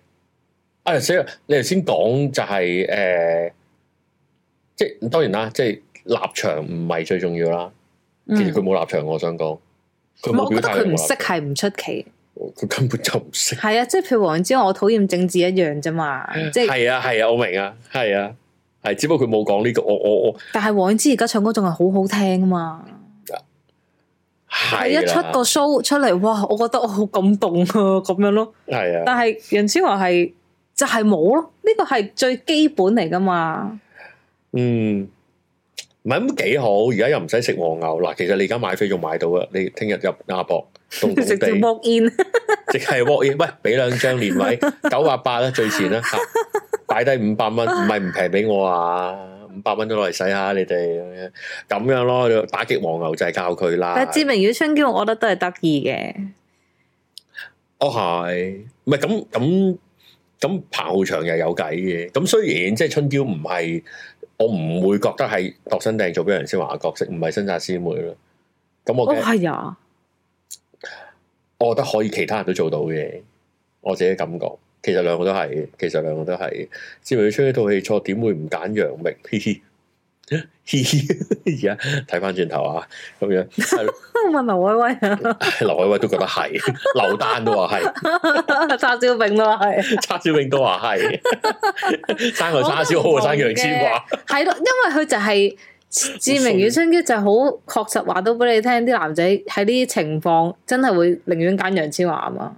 Speaker 1: 啊死啦！你頭先講就係、誒、即係當然啦，即係立場唔係最重要啦。
Speaker 2: 嗯
Speaker 1: 其實佢冇立場，我想講，佢
Speaker 2: 唔係
Speaker 1: 冇
Speaker 2: 我覺
Speaker 1: 表
Speaker 2: 得
Speaker 1: 態，
Speaker 2: 佢唔
Speaker 1: 冇
Speaker 2: 識
Speaker 1: 立
Speaker 2: 係唔出奇。
Speaker 1: 場佢根本就唔識。
Speaker 2: 係啊，即係譬如黃之我討厭政治一樣啫嘛，即係
Speaker 1: 係啊，係啊，我明啊，係啊，係，只不過佢冇講呢個，我我我
Speaker 2: 但係黃之而家唱歌仲係好好聽啊嘛，佢
Speaker 1: 係
Speaker 2: 一啊出個
Speaker 1: 啦，
Speaker 2: show 出嚟，哇！我覺得我好感動啊，咁樣咯。
Speaker 1: 係啊，
Speaker 2: 但係楊千嬅係就係冇咯，呢個係最基本嚟噶嘛。
Speaker 1: 嗯。唔係咁幾好，而家又唔使食黃牛嗱。其實你而家買飛仲買到啊！你聽日入亞博，凍凍
Speaker 2: 直接
Speaker 1: 地
Speaker 2: walk in，
Speaker 1: 即係 walk in，喂，俾兩張連位，九百八啦，最前啦，嚇擺低五百蚊，唔係唔平俾我啊，五百蚊都攞嚟使下你哋咁樣，咁樣咯，打擊黃牛就係教佢啦
Speaker 2: 但。係志明與春嬌，我覺得都係得意嘅。
Speaker 1: 哦係，唔係咁咁咁彭浩翔又有計嘅，咁雖然即係春嬌唔係我唔會覺得係度身訂做俾人先華嘅角色，唔係新紮師妹咯。咁我
Speaker 2: 哦
Speaker 1: 嘅、
Speaker 2: 係啊，
Speaker 1: 我覺得可以其他人都做到嘅，我自己感覺。其實兩個都係，其實兩個都係。志偉出呢套戲錯，點會唔揀楊明？ 嘻嘻，嘻嘻。而家睇翻轉頭啊，咁樣 係咯
Speaker 2: 問劉威威啊，
Speaker 1: 劉海威都覺得係， 劉丹都話 係，
Speaker 2: 叉燒餅都係，
Speaker 1: 叉燒永都話係， 生個叉燒好過生楊千嬅。
Speaker 2: 係咯，因為佢就係、志明與春嬌就好確實話到俾你聽，啲男仔喺呢啲情況真係會寧願揀楊千嬅啊嘛。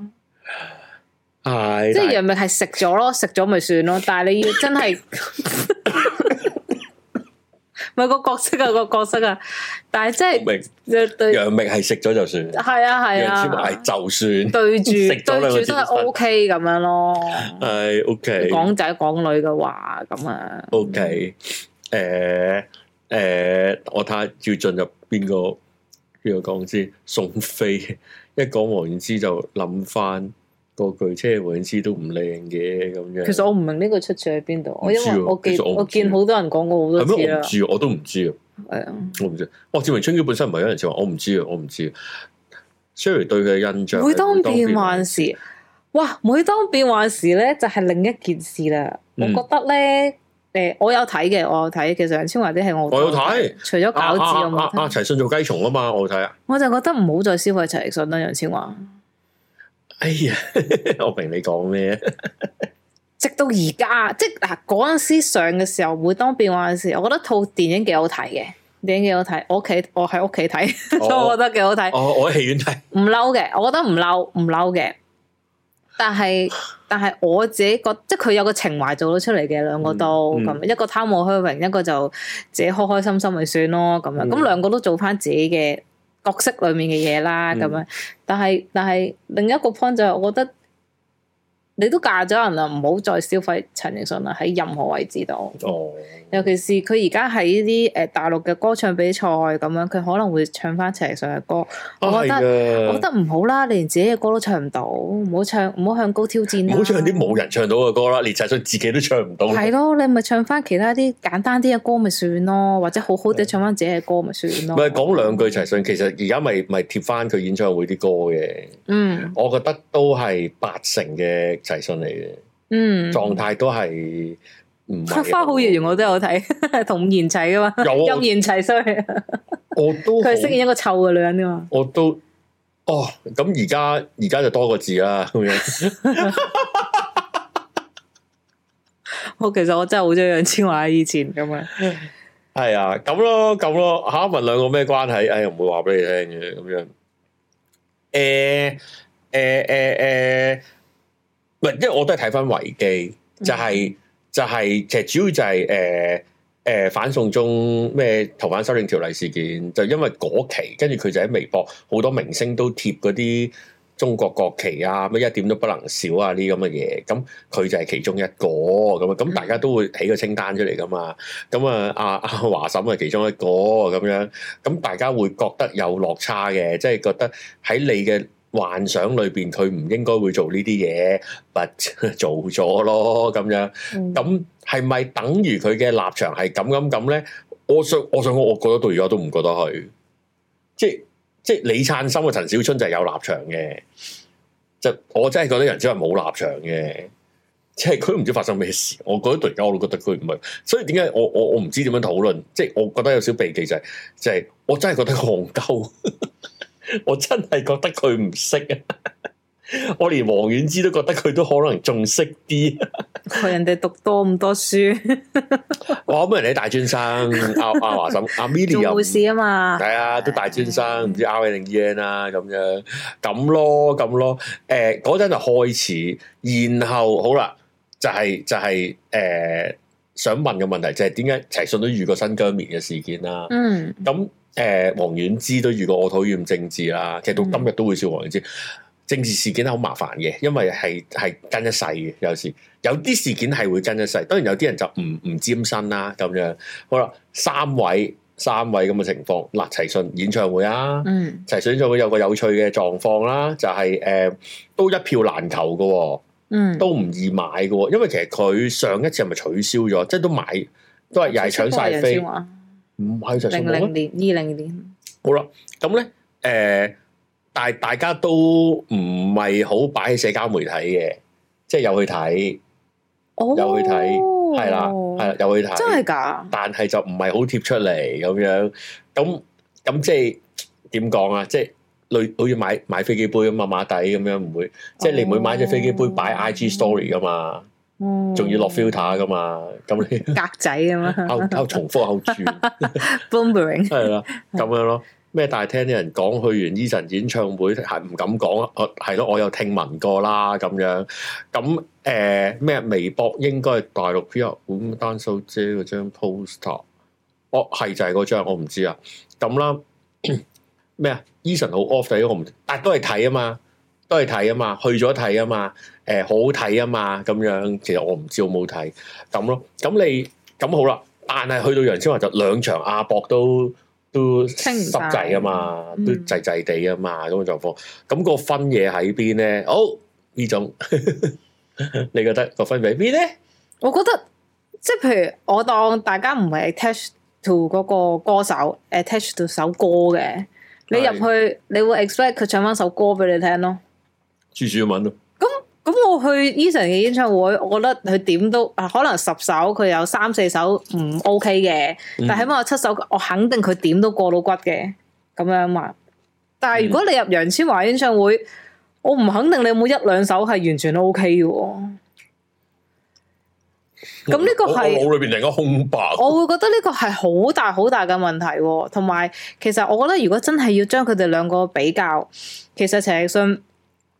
Speaker 1: 係，
Speaker 2: 即
Speaker 1: 但
Speaker 2: 係
Speaker 1: 係
Speaker 2: 楊幂係食咗咯，食咗咪算咯。但係你要真 係，咪個角色啊，個角色啊。但係
Speaker 1: 我明
Speaker 2: 即係對，
Speaker 1: 楊幂係食咗就算，
Speaker 2: 係啊係
Speaker 1: 楊千嬅係
Speaker 2: 啊，
Speaker 1: 就算。
Speaker 2: 對住
Speaker 1: 食咗
Speaker 2: 對
Speaker 1: 兩個
Speaker 2: 住
Speaker 1: 字
Speaker 2: 都
Speaker 1: 都
Speaker 2: 係
Speaker 1: 分
Speaker 2: O K 咁樣咯。
Speaker 1: 係 OK
Speaker 2: 港仔港女嘅話咁啊，
Speaker 1: OK，誒誒，我睇下要進入邊個邊個講先。宋飛 一講黃菀之就諗翻個句，即係黃菀之都唔靚嘅咁樣。
Speaker 2: 其實我唔明呢個出處喺邊度，
Speaker 1: 唔
Speaker 2: 我
Speaker 1: 知
Speaker 2: 因
Speaker 1: 喎
Speaker 2: 為我
Speaker 1: 其
Speaker 2: 見
Speaker 1: 實我唔
Speaker 2: 我見好多人講過好
Speaker 1: 係
Speaker 2: 多次
Speaker 1: 咩？我
Speaker 2: 啦
Speaker 1: 唔，知啊，我都唔知啊，
Speaker 2: 係啊，
Speaker 1: 我唔知。哦，志明春嬌本身唔係有人就話我唔知啊，我唔知啊。Sherry 對佢嘅印象係，
Speaker 2: 每當變幻
Speaker 1: 幻
Speaker 2: 時，哇！每當變幻時咧，就係、另一件事啦。
Speaker 1: 嗯
Speaker 2: 我覺得咧，誒、我有睇嘅，我有睇。其實楊千嬅啲戲我
Speaker 1: 我有睇，
Speaker 2: 除咗餃子我
Speaker 1: 啊啊
Speaker 2: 冇睇。
Speaker 1: 啊！齊信做雞蟲啊嘛，我睇啊。
Speaker 2: 我就覺得唔好再消費陳奕迅啦，楊千嬅。
Speaker 1: 哎呀， 我明你講咩？
Speaker 2: 直到而家，即係嗱嗰陣時上嘅時候，每當變幻時，我覺得套電影幾好睇嘅，電影幾好睇。我屋企我喺屋企睇， 所以
Speaker 1: 哦
Speaker 2: 我覺得幾好睇。
Speaker 1: 哦，我喺戲院睇。
Speaker 2: 唔嬲嘅，我覺得唔嬲，唔嬲嘅。但係但係我自己覺，即係佢有個情懷做到出嚟嘅，兩個都
Speaker 1: 嗯嗯
Speaker 2: 咁，一個貪慕虛榮，一個就自己開開心心咪算咯咁樣。
Speaker 1: 嗯
Speaker 2: 咁兩個都做翻自己嘅角色裡面嘅嘢啦，
Speaker 1: 嗯
Speaker 2: 咁樣。但係但係另一個 point 就係，我覺得你都嫁咗人啦，唔好再消費陳奕迅啦，喺任何位置度。
Speaker 1: 哦，
Speaker 2: 尤其是佢而家喺呢啲誒大陸嘅歌唱比賽咁樣，佢可能會唱翻陳奕迅嘅歌，我
Speaker 1: 哎
Speaker 2: 覺得
Speaker 1: 得
Speaker 2: 我覺得唔好啦，你連自己嘅歌都唱唔到，唔好唱，唔好向高挑戰
Speaker 1: 唔
Speaker 2: 啦。
Speaker 1: 好唱啲冇人唱到嘅歌啦，連陳奕迅自己都唱唔到。
Speaker 2: 啊係咯，你咪唱翻其他啲簡單啲嘅歌咪算咯，或者好好地唱翻自己嘅歌咪算咯。
Speaker 1: 咪嗯講兩句陳奕迅，其實而家咪咪貼翻佢演唱會啲歌嘅，
Speaker 2: 嗯
Speaker 1: 我覺得都係八成嘅陳奕迅嚟嘅，
Speaker 2: 嗯，
Speaker 1: 狀態都係唔係
Speaker 2: 花好月圓我都有睇， 同伍賢齊噶嘛，
Speaker 1: 有 啊
Speaker 2: 任
Speaker 1: 哦
Speaker 2: 賢齊 sorry，
Speaker 1: 我都好
Speaker 2: 佢係飾演一個臭嘅女人噶嘛。
Speaker 1: 我都哦，咁而家而家就多個字啦，咁樣
Speaker 2: 我其實我真係好中意楊千嬅以前咁樣，
Speaker 1: 係啊，咁咯咁咯，嚇問兩個咩關係？哎呀，唔會話俾你聽嘅咁樣。誒誒誒誒，唔係，因為我都係睇翻維基。就係、就係、其實主要就係誒誒反送中咩逃犯修訂條例事件，就因為嗰期跟住佢就喺微博好多明星都貼嗰啲中國國旗啊，咩一點都不能少啊呢啲咁嘅嘢，咁佢就係其中一個咁啊，咁大家都會起個清單出嚟噶嘛，咁啊阿阿華嬸係其中一個咁樣，咁大家會覺得有落差嘅，即係覺得喺你嘅幻想裏邊佢唔應該會做呢啲嘢，but 做咗咯咁樣。
Speaker 2: 嗯
Speaker 1: 咁係咪等於佢嘅立場係咁咁咁咧？我想我想講，我覺得到而家都唔覺得係，即係即係李燦森嘅陳小春就係有立場嘅，就我真係覺得人只係冇立場嘅，即係佢唔知發生咩事。我覺得到而家我都覺得佢唔係，所以點解我我我唔知點樣討論？即係我覺得有少避忌就係、就係、我真係覺得佢戇鳩， 我真係覺得佢唔識啊！我連黃遠之都覺得佢都可能仲識啲。
Speaker 2: 佢人哋讀多咁多 書，
Speaker 1: 我可唔可以你大專生？阿阿華嬸，阿 Milly
Speaker 2: 做
Speaker 1: 又唔
Speaker 2: 護士啊嘛。
Speaker 1: 係啊，都大專生，唔知 R A 定 E N 啦，咁樣咁咯，咁咯。誒嗰陣就開始，然後好啦，就係、就係、誒、想問嘅問題就係點解齊信都遇過新疆棉嘅事件啦？
Speaker 2: 嗯
Speaker 1: 咁誒黃遠之都遇過我討厭政治啦，其實
Speaker 2: 嗯
Speaker 1: 到今日都會笑黃遠之。政治事件係好麻煩嘅，因為係係跟一世嘅，有時有啲事件係會跟一世。當然有啲人就唔唔沾身啦咁樣。好啦，三位三位咁嘅情況，嗱齊信演唱會啊，
Speaker 2: 嗯
Speaker 1: 齊信演唱會有個有趣嘅狀況啦，就係、誒、都一票難求嘅喎、
Speaker 2: 嗯，
Speaker 1: 都唔易買嘅喎，因為其實佢上一次係咪取消咗，即係都買都係又
Speaker 2: 啊
Speaker 1: 係搶晒飛，
Speaker 2: 零
Speaker 1: 唔係就送
Speaker 2: 零年、二零年，
Speaker 1: 好啦，咁咧誒，但係大家都唔係好擺喺社交媒體嘅，即係有去睇，
Speaker 2: 哦，
Speaker 1: 有去睇係啦，係啦，有去睇，
Speaker 2: 真係㗎，
Speaker 1: 但係就唔係好貼出嚟咁樣，咁咁即係點講啊？即係類好似買買飛機杯咁啊，馬底咁樣唔會，即係你唔會買隻飛機杯擺 IG story 噶嘛，仲
Speaker 2: 哦
Speaker 1: 要落 filter 噶嘛，咁你
Speaker 2: 格仔咁啊
Speaker 1: 後後重複後轉。
Speaker 2: ，boomerang，
Speaker 1: 係啦，咁樣咯。咩大廳啲人講去完 Eason 演唱會係唔敢講，我係咯，我有聽聞過啦咁樣。咁誒咩微博應該係大陸 P 入咁單數姐嗰張 poster，哦係就係嗰張，我唔知啊。咁啦， 咩啊？Eason 好 off 底，我唔，但都係睇啊嘛，都係睇啊嘛，去咗睇啊嘛，誒、好好睇啊嘛，咁樣其實我唔知我冇睇咁咯。咁你咁好啦，但係去到楊千嬅就兩場亞博都都
Speaker 2: 清唔晒
Speaker 1: 濕滯啊嘛，
Speaker 2: 嗯
Speaker 1: 都滯滯地啊嘛，咁嘅狀況。咁、個分嘢喺邊咧？好呢種， 你覺得個分別喺邊咧？
Speaker 2: 我覺得即係譬如我當大家唔係 attach to 嗰個歌手，attach to 首歌嘅，你入去你會 expect 佢唱翻首歌俾你聽咯。
Speaker 1: 朱主文咯，
Speaker 2: 咁咁我去 Eason 嘅演唱會，我覺得佢點都啊，可能十首佢有三四首唔 OK 嘅，
Speaker 1: 嗯
Speaker 2: 但起碼有七首我肯定佢點都過到骨嘅咁樣嘛。但係如果你入楊千嬅演唱會，我唔肯定你有冇一兩首係完全 OK 嘅喎。咁呢個
Speaker 1: 我我
Speaker 2: 係
Speaker 1: 腦裏邊突然間空白。
Speaker 2: 我會覺得呢個係好大好大嘅問題喎，同埋其實我覺得如果真係要將佢哋兩個比較，其實陳奕迅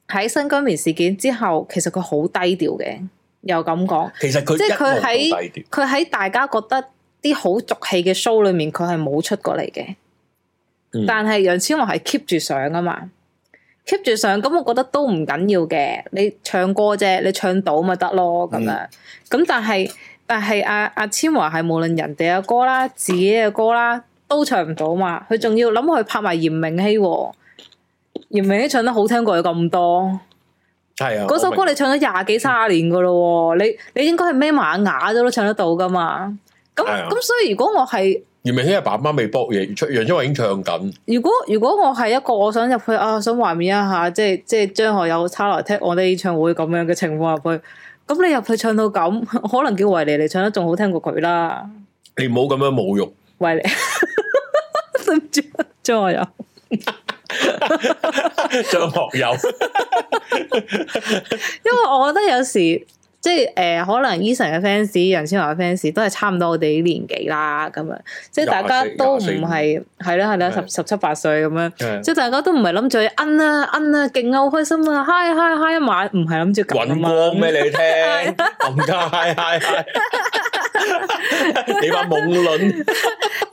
Speaker 2: 喺新疆棉事件之後，其實佢好低調嘅，又咁講，
Speaker 1: 其實佢
Speaker 2: 即係佢
Speaker 1: 一路都
Speaker 2: 喺
Speaker 1: 低調
Speaker 2: 佢喺大家覺得啲好俗氣嘅 show 裏面，佢係冇出過嚟嘅。
Speaker 1: 嗯
Speaker 2: 但係楊千嬅係 keep 住上啊嘛，keep 住上，咁我覺得都唔緊要嘅。你唱歌啫，你唱到咪得咯咁樣。咁、但係但係阿阿千嬅係無論人哋嘅歌啦，自己嘅歌啦，都唱唔到嘛。佢仲要諗佢拍埋炎明熹喎，炎明熹唱得好聽過佢咁多。
Speaker 1: 係啊，
Speaker 2: 嗰首歌你唱咗廿幾卅年噶咯喎，你你應該係孭埋牙都都唱得到噶嘛？咁
Speaker 1: 係啊
Speaker 2: 咁所以如果我係
Speaker 1: 袁明熙阿爸媽未搏嘢，出楊千嬅已經唱緊，
Speaker 2: 如果如果我係一個我想入去啊，想懷念一下，即係即係張學友差來聽我哋演唱會咁樣嘅情況入去，咁你入去唱到咁， 可能叫維尼你唱得仲好聽過佢啦，
Speaker 1: 你唔好咁樣侮辱。
Speaker 2: 維尼。 對唔住，張學友，
Speaker 1: 張學友
Speaker 2: 因為我覺得有時即係誒、呃可能 Eason 嘅 fans、楊千嬅嘅 fans 都係差唔多我哋啲年紀啦，咁樣即係大家
Speaker 1: 廿四
Speaker 2: 都唔
Speaker 1: 廿四
Speaker 2: 係係啦係啦，
Speaker 1: 係
Speaker 2: 十十七八歲咁樣。
Speaker 1: 係
Speaker 2: 即係大家都唔係諗住摁啊摁啊，勁啊好開心啊嗨嗨嗨一晚，唔係諗住咁啊
Speaker 1: 尹
Speaker 2: 嘛
Speaker 1: 光咩？你聽，
Speaker 2: 啊
Speaker 1: 哦冚家嗨嗨 嗨， 你班懵卵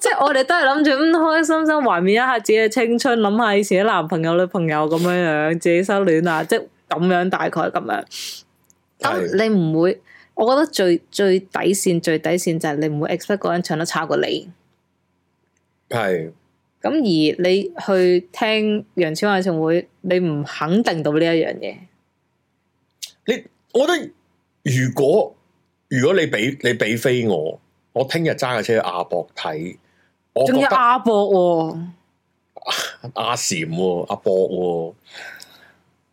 Speaker 2: 即係我哋都係諗住嗯開心心懷緬一下自己嘅青春，諗下以前啲男朋友女朋友咁樣樣，自己失戀啊，即係咁樣大概咁樣。
Speaker 1: 係
Speaker 2: 咁你唔會，我覺得最最底線最底線就係你唔會 expect 嗰個人唱得差過你。
Speaker 1: 係
Speaker 2: 咁而你去聽楊千嬅演唱會，你唔肯定到呢一樣嘢。
Speaker 1: 你，我覺得如果如果你俾你俾飛我，我聽日揸架車去亞博睇，我覺
Speaker 2: 仲有啊
Speaker 1: 得啊
Speaker 2: 阿博喎、
Speaker 1: 阿禪喎、阿博喎，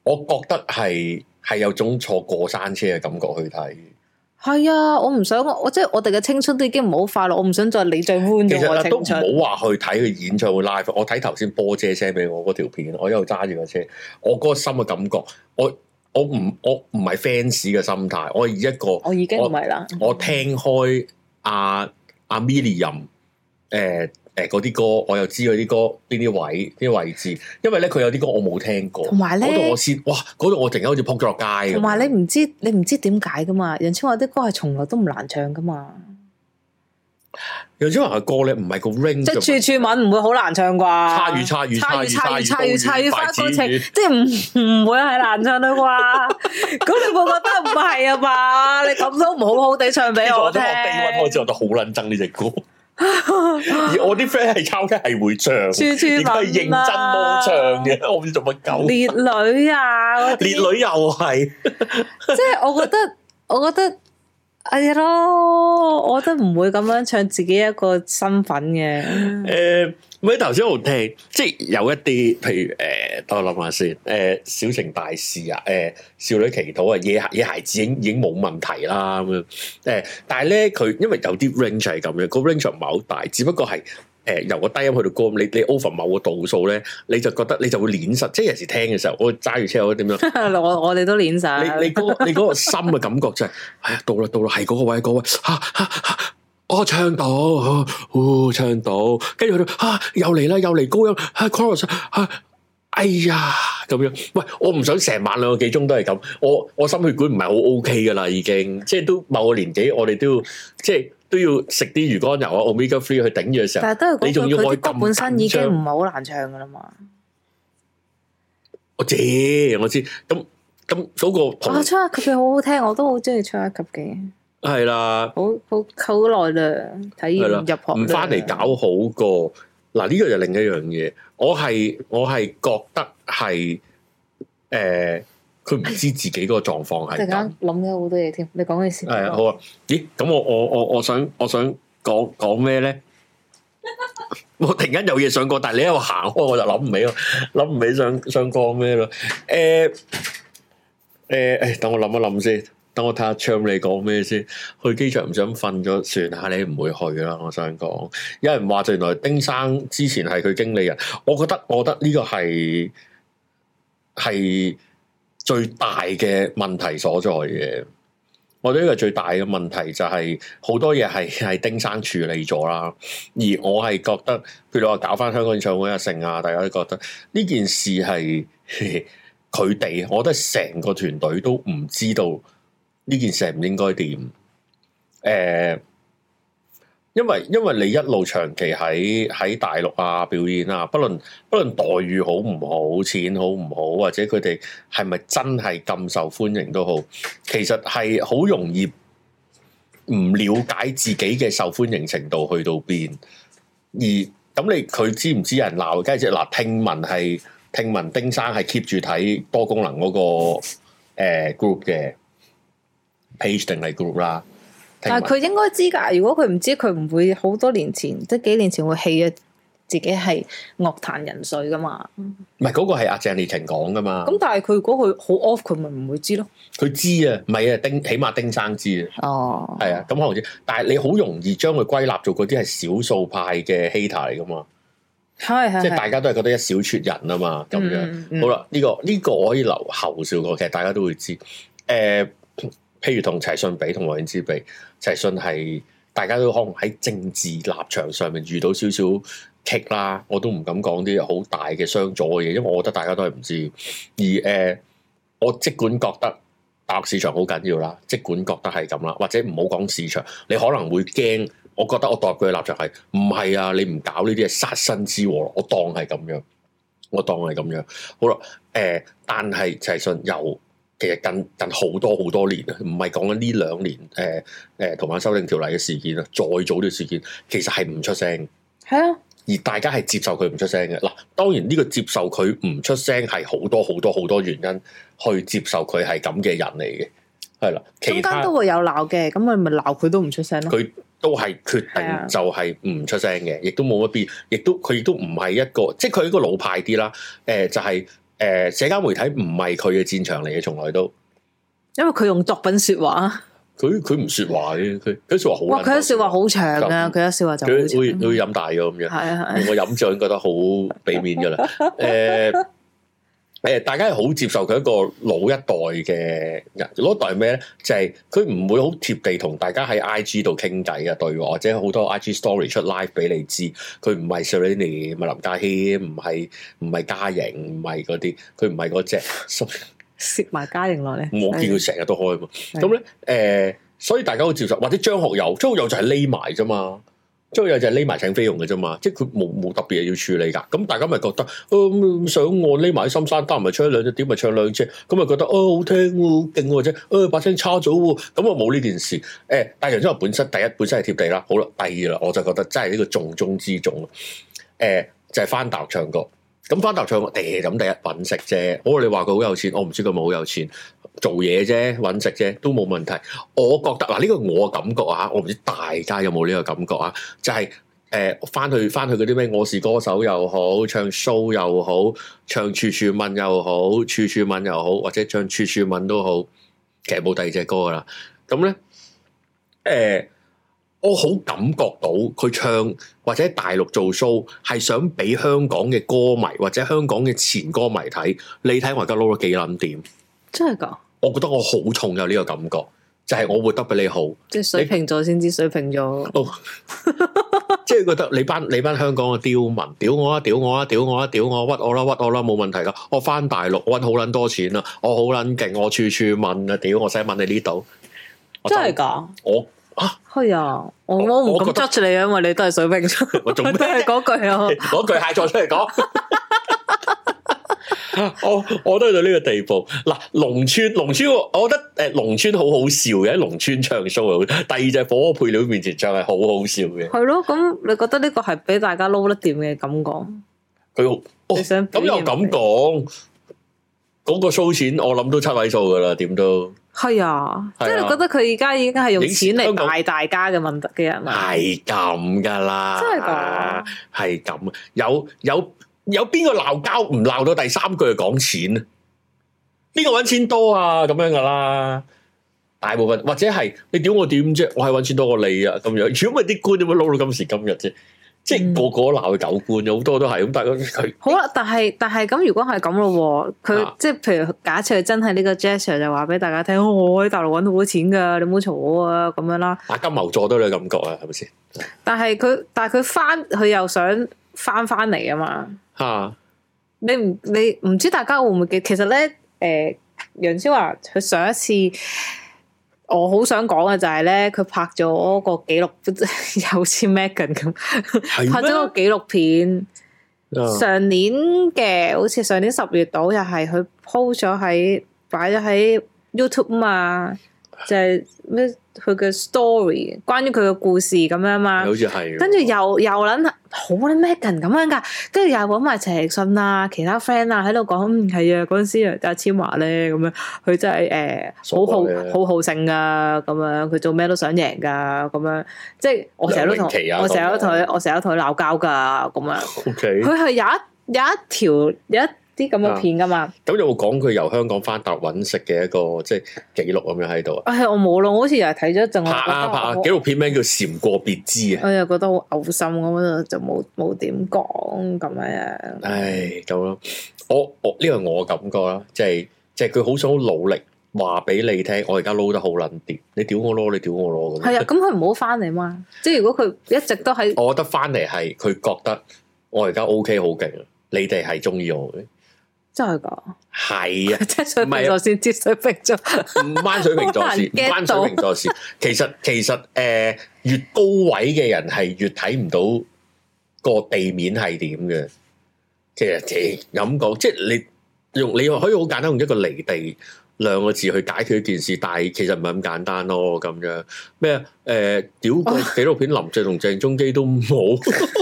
Speaker 1: 我覺得係係有種坐過山車嘅感覺去睇。
Speaker 2: 係啊，我唔想我我即係我哋嘅青春都已經唔好快樂，我唔想再你再寬
Speaker 1: 其
Speaker 2: 咗
Speaker 1: 實
Speaker 2: 嗯我
Speaker 1: 啊
Speaker 2: 嘅
Speaker 1: 都
Speaker 2: 青春。
Speaker 1: 唔好話去睇佢演唱會 live。我睇頭先波姐 send 俾我嗰條片，我一路揸住架車，我嗰個心嘅感覺，我我唔我唔係 fans 嘅心態，我以一個
Speaker 2: 我已經唔係啦，
Speaker 1: 我聽開阿阿 Milliam 誒誒嗰啲歌，我又知佢啲歌邊啲位邊啲位置，因為咧佢有啲歌我冇聽過，
Speaker 2: 同埋呢
Speaker 1: 嗰度我先哇，嗰度我突然間好似撲咗落街咁。
Speaker 2: 同埋你唔知你唔知點解噶嘛？楊千嬅啲歌係從來都唔難唱噶嘛，
Speaker 1: 楊千嬅嘅歌咧唔係個 ring
Speaker 2: 即
Speaker 1: 啫嘛
Speaker 2: 係處處吻唔會好難唱啩。
Speaker 1: 差與差與
Speaker 2: 差
Speaker 1: 差
Speaker 2: 與
Speaker 1: 與
Speaker 2: 差與差與差與
Speaker 1: 高
Speaker 2: 花高
Speaker 1: 與筷子
Speaker 2: 情，
Speaker 1: 與
Speaker 2: 即係唔唔會係難唱到啩？咁你會覺得唔係啊嘛？你咁都唔好好地唱俾
Speaker 1: 呢個
Speaker 2: 我
Speaker 1: 我
Speaker 2: 聽
Speaker 1: 真。係我低温開始，我都好撚憎呢隻歌。而我啲 friend 係抄嘅係會唱，而
Speaker 2: 處處
Speaker 1: 佢係認
Speaker 2: 吻
Speaker 1: 真
Speaker 2: 啦
Speaker 1: 冇唱嘅，我唔知做乜狗。
Speaker 2: 烈女啊，嗰啲
Speaker 1: 烈女又係，
Speaker 2: 即係我覺得，我覺得係咯，我都唔會咁樣唱自己一個身份嘅。
Speaker 1: 誒，咪頭先我聽，即係有一啲，譬如誒，等我諗下先，誒、小情大事啊，誒、少女祈禱啊，野孩野孩子已經已經冇問題啦咁樣。誒、但係咧佢因為有啲 range 係咁樣，個 range 唔係好大，只不過係誒、由個低音去到高音，你你 over 某個度數咧，你就覺得你就會攣實，即係有時聽嘅時候，我揸住車我點樣？
Speaker 2: 我我哋都練晒。
Speaker 1: 你你嗰、個你嗰個心嘅感覺就係、係啊到啦到啦，係嗰個位嗰個位，嚇嚇嚇，我哦唱到，啊哦唱到，跟住去到啊又嚟啦又嚟高音，啊 chorus 啊，哎呀咁樣，喂我唔想成晚兩個幾鐘都係咁，我我心血管唔係好 OK 噶啦已經，即係都某個年紀我哋都要即係都要食啲魚肝油啊 omega three 去頂住嘅時候，
Speaker 2: 但係都係
Speaker 1: 你仲
Speaker 2: 嗰句，
Speaker 1: 要
Speaker 2: 佢
Speaker 1: 我
Speaker 2: 啲歌
Speaker 1: 咁
Speaker 2: 本身已經
Speaker 1: 緊張
Speaker 2: 唔係好難唱噶啦嘛。
Speaker 1: 我知我知，咁咁嗰個
Speaker 2: 我
Speaker 1: 同
Speaker 2: 唱一級嘅好好聽，我都好中意唱一級嘅，
Speaker 1: 係啦。
Speaker 2: 好好好耐啦，睇
Speaker 1: 係
Speaker 2: 完
Speaker 1: 啦
Speaker 2: 入學
Speaker 1: 唔翻嚟搞好過。嗱，呢個就另一樣嘢。我係我係覺得係誒，佢、唔知自己嗰個狀況
Speaker 2: 突
Speaker 1: 係
Speaker 2: 然
Speaker 1: 咁。
Speaker 2: 間諗咗好多嘢添，你講嘅先。
Speaker 1: 係啊，好啊。咦，咁我我我我想我想講講咩咧？ 我突然間有嘢想講，但係你喺度行開，我就諗唔起咯，諗唔起想想講咩咯。誒誒誒，等我諗一諗先，等我睇下 Charm 你講咩先。去機場唔想瞓咗，算啦，你唔會去啦。我想講，有人話就原來丁生之前係佢經理人，我覺得我覺得呢個係係最大嘅問題所在嘅。我覺得呢個最大嘅問題就係好多嘢係 係丁生處理咗啦，而我係覺得，譬如你話搞翻香港演唱會啊、盛啊，大家都覺得呢件事係 佢哋，我覺得成個團隊都唔知道呢件事係唔應該點。誒、因為因為你一路長期喺喺大陸啊表演啊，不論不論待遇好唔好、錢好唔好，或者佢哋係咪真係咁受歡迎都好。其實係好容易唔了解自己嘅受歡迎程度去到邊，而咁你佢知唔知有人鬧？梗係知嗱，聽聞係聽聞丁生係 keep 住睇多功能嗰、個呃 group 嘅 page 定係 group 啦。聽
Speaker 2: 但係
Speaker 1: 聞
Speaker 2: 佢應該知㗎，如果佢唔知，佢唔會好多年前，即係幾年前會棄咗自己係樂壇人瑞㗎嘛。
Speaker 1: 唔係嗰個係阿鄭麗瓊講噶嘛？
Speaker 2: 咁但係佢如果佢好 off，佢咪唔會知咯。
Speaker 1: 佢知啊，唔係啊，丁起碼丁生知啊。
Speaker 2: 哦，
Speaker 1: 係啊，咁可能知，但係你好容易將佢歸納做嗰啲係少數派嘅 hater 嚟噶嘛？
Speaker 2: 係係
Speaker 1: 即係
Speaker 2: 係
Speaker 1: 大家都係覺得一小撮人啊嘛，咁樣。
Speaker 2: 嗯嗯
Speaker 1: 好啦，呢、個呢、個我可以留後少個，其實大家都會知。誒、呃譬如同齊信比，同黃遠之比，齊信係大家都可能喺政治立場上面遇到少少棘啦，我都唔敢講啲好大嘅相左嘅嘢，因為我覺得大家都係唔知。而誒、我即管覺得大陸市場好緊要啦，即管覺得係咁啦，或者唔好講市場，你可能會驚。我覺得我代入佢嘅立場係唔係啊？你唔搞呢啲嘢殺身之禍咯，我當係咁樣，我當係咁樣。好啦，誒、呃但係齊信有，其實近近好多好多年啊，唔係講緊呢兩年誒誒同埋修訂條例嘅事件啊，再早啲事件，其實係唔出聲，
Speaker 2: 係啊，
Speaker 1: 而大家係接受佢唔出聲嘅。嗱，當然呢個接受佢唔出聲係好多好多好多原因去接受佢係咁嘅人嚟嘅，係啦，其
Speaker 2: 中間
Speaker 1: 他嗯
Speaker 2: 都會有鬧嘅，咁咪咪鬧佢都唔出聲咯。
Speaker 1: 佢都係決
Speaker 2: 係啊
Speaker 1: 定就係唔出聲嘅，亦都冇乜必要，亦都佢亦都唔係一個，即係佢一個老派啲啦。誒、呃就係、誒、社交媒體唔係佢嘅戰場嚟嘅，從來都
Speaker 2: 因為佢用作品說話，
Speaker 1: 佢佢唔説話嘅，佢佢説話好
Speaker 2: 哇！
Speaker 1: 撚
Speaker 2: 佢
Speaker 1: 多
Speaker 2: 一說話好長啊，
Speaker 1: 咁
Speaker 2: 佢一說話就好
Speaker 1: 佢會
Speaker 2: 長。
Speaker 1: 佢會嗯飲大咗咁樣。
Speaker 2: 係啊係啊，
Speaker 1: 我飲咗已經覺得好俾面噶啦。 誒、誒、大家係好接受佢一個老一代嘅人，老一代係咩咧？就係佢唔會好貼地同大家喺 I G 度傾偈嘅對話，或者好多 I G story 出 live 俾你知。佢唔係 Selina，唔係林家謙，唔係唔係嘉瑩，唔係嗰啲，佢唔係嗰只。
Speaker 2: 攝埋嘉瑩落嚟。
Speaker 1: 我見佢成日都開嘛。
Speaker 2: 係
Speaker 1: 咁咧誒，所以大家好接受，或者張學友，張學友就係匿埋啫嘛。張學友就係匿埋請菲傭嘅啫嘛，即係佢冇冇特別嘢要處理㗎。咁大家咪覺得，哦咁想我匿埋喺深山得，咪唱兩隻碟，咪唱兩隻，咁咪覺得哦好聽喎，好勁喎，或者誒把聲差咗喎，咁啊冇呢件事。誒，但係楊宗學本身第一本身係貼地啦，好啦，第二啦，我就覺得真係呢個重中之重咯。誒，就係翻大陸唱歌。咁翻大陸唱歌，誒咁第一揾食啫。我你話佢好有錢，我唔知佢咪好有錢。做嘢啫，揾食啫，都冇問題。我覺得嗱，呢個我感覺啊，我唔知大家有冇呢個感覺啊，就係、誒翻去翻去嗰啲咩我是歌手又好，唱 show 又好，唱處處吻又好，處處吻又好，或者唱處處吻都好，其實冇第二隻歌噶啦。咁咧，誒、我好感覺到佢唱或者喺大陸做 show 係想俾香港嘅歌迷或者香港嘅前歌迷睇，你睇我而家撈咗幾撚掂？
Speaker 2: 真係噶，
Speaker 1: 我覺得我好重有呢個感覺，就係、我活得比你好，
Speaker 2: 即係水瓶座先知水瓶座。
Speaker 1: 即係覺得你班你班香港嘅刁民，屌我啊，屌我啊，屌我啊，屌我啊屈我啦，屈我啦，冇問題啦。我翻大陸，我揾好撚多錢啦，我好撚勁，我處處問啊，屌我使問你呢度，我
Speaker 2: 真係哦噶，
Speaker 1: 我
Speaker 2: 係啊，我
Speaker 1: 我
Speaker 2: 我唔
Speaker 1: 我
Speaker 2: 敢
Speaker 1: 覺得
Speaker 2: judge 你啊，因為你都係水瓶座，
Speaker 1: 我做咩
Speaker 2: 都係嗰句 啊。
Speaker 1: 攞句蟹座出嚟講。 我我都去到呢個地步，嗱，農村農村，我覺得誒農村好好笑嘅，喺農村唱 show 啊第二隻火鍋配料面前唱係好好笑嘅，
Speaker 2: 係咯，咁你覺得呢個係俾大家撈得掂嘅感覺？
Speaker 1: 佢好哦
Speaker 2: 你想
Speaker 1: 咁又
Speaker 2: 表現
Speaker 1: 咁
Speaker 2: 俾
Speaker 1: 講，嗰、個 show 錢我諗都七位數噶啦，點都
Speaker 2: 係啊，即
Speaker 1: 係啊
Speaker 2: 係你覺得佢而家已經係用錢
Speaker 1: 影視香
Speaker 2: 嚟
Speaker 1: 港
Speaker 2: 大大家嘅問題嘅人啊，
Speaker 1: 係咁噶啦，
Speaker 2: 真係噶，
Speaker 1: 係咁，有有有邊個鬧交唔鬧到第三句就講錢啊？邊個揾錢多啊？咁樣噶啦，大部分或者係你屌我點啫？我係揾錢多過你啊！咁樣，如果唔係啲官點會撈到今時今日啫？即係
Speaker 2: 嗯
Speaker 1: 個個都鬧佢狗官，有好多都係咁，但係佢
Speaker 2: 好啦，但係但係咁，如果係咁咯喎，佢
Speaker 1: 啊
Speaker 2: 即係譬如假設佢真係呢個 gesture 就話俾大家聽，哦我喺大陸揾到好多錢㗎，你唔好嘈我啊咁樣啦。
Speaker 1: 打金牛座都有呢個感覺啊，係咪先？
Speaker 2: 但係佢但係佢翻佢又想翻翻嚟啊嘛。
Speaker 1: 嚇
Speaker 2: 你唔你唔知大家會唔會記？其實咧，誒、楊千嬅佢上一次我好想講嘅就係咧，佢拍咗個紀錄， 有似 Megan 咁
Speaker 1: 係啊
Speaker 2: 拍咗個紀錄片。
Speaker 1: 咩？
Speaker 2: 上年嘅好似上年十月度，又係佢 po 咗喺擺咗喺 YouTube 嘛，就係咩佢嘅 story，關於佢嘅故事咁樣嘛。
Speaker 1: 好似係喎。
Speaker 2: 跟住又又撚好撚 Megan 咁樣噶，跟住又揾埋陳奕迅啊、其他 friend 啊喺度講，嗯係啊，嗰陣時阿千嬅咧咁樣，佢真係
Speaker 1: 傻瓜
Speaker 2: 誒
Speaker 1: 咧
Speaker 2: 好好好好勝噶咁樣，佢做咩都想贏噶咁樣，即係我成日都同
Speaker 1: 梁詠琪啊
Speaker 2: 我成日都
Speaker 1: 咁樣
Speaker 2: 同佢我成日都同佢鬧交噶咁樣，
Speaker 1: O K，
Speaker 2: 佢係有一有一條有一啲咁
Speaker 1: 啊
Speaker 2: 嘅片噶嘛，
Speaker 1: 咁有冇講佢由香港翻大陸揾食嘅一個即係記錄咁樣喺度啊？
Speaker 2: 唉我冇咯，我好似又係睇咗一陣，我
Speaker 1: 拍
Speaker 2: 覺得
Speaker 1: 啊拍啊！
Speaker 2: 我
Speaker 1: 紀錄片名叫《蟬過別知》啊！
Speaker 2: 我又覺得好嘔心，咁就冇冇點講咁樣。
Speaker 1: 唉，咁咯，我我呢個我感覺啦，即係即係佢好想好努力話俾你聽，我而家撈得好撚掂，你屌我咯，你屌我咯咁。
Speaker 2: 係啊，咁佢唔好翻嚟嘛。即係如果佢一直都喺，
Speaker 1: 我覺得翻嚟係佢覺得我而家 OK 好勁，啊你哋係中意我嘅，
Speaker 2: 真係噶，
Speaker 1: 係啊，
Speaker 2: 即係水瓶座先知水瓶座，
Speaker 1: 唔關水瓶座事，唔
Speaker 2: 好難 get
Speaker 1: 關水瓶座事。其實其實誒、呃越高位嘅人係越睇唔到個地面係點嘅。其實即係咁講，即係你用你可以好簡單用一個離地兩個字去解決一件事，但係其實唔係咁簡單咯。咁樣咩啊誒？屌個
Speaker 2: 哦
Speaker 1: 紀錄片林鄭同鄭中基都冇。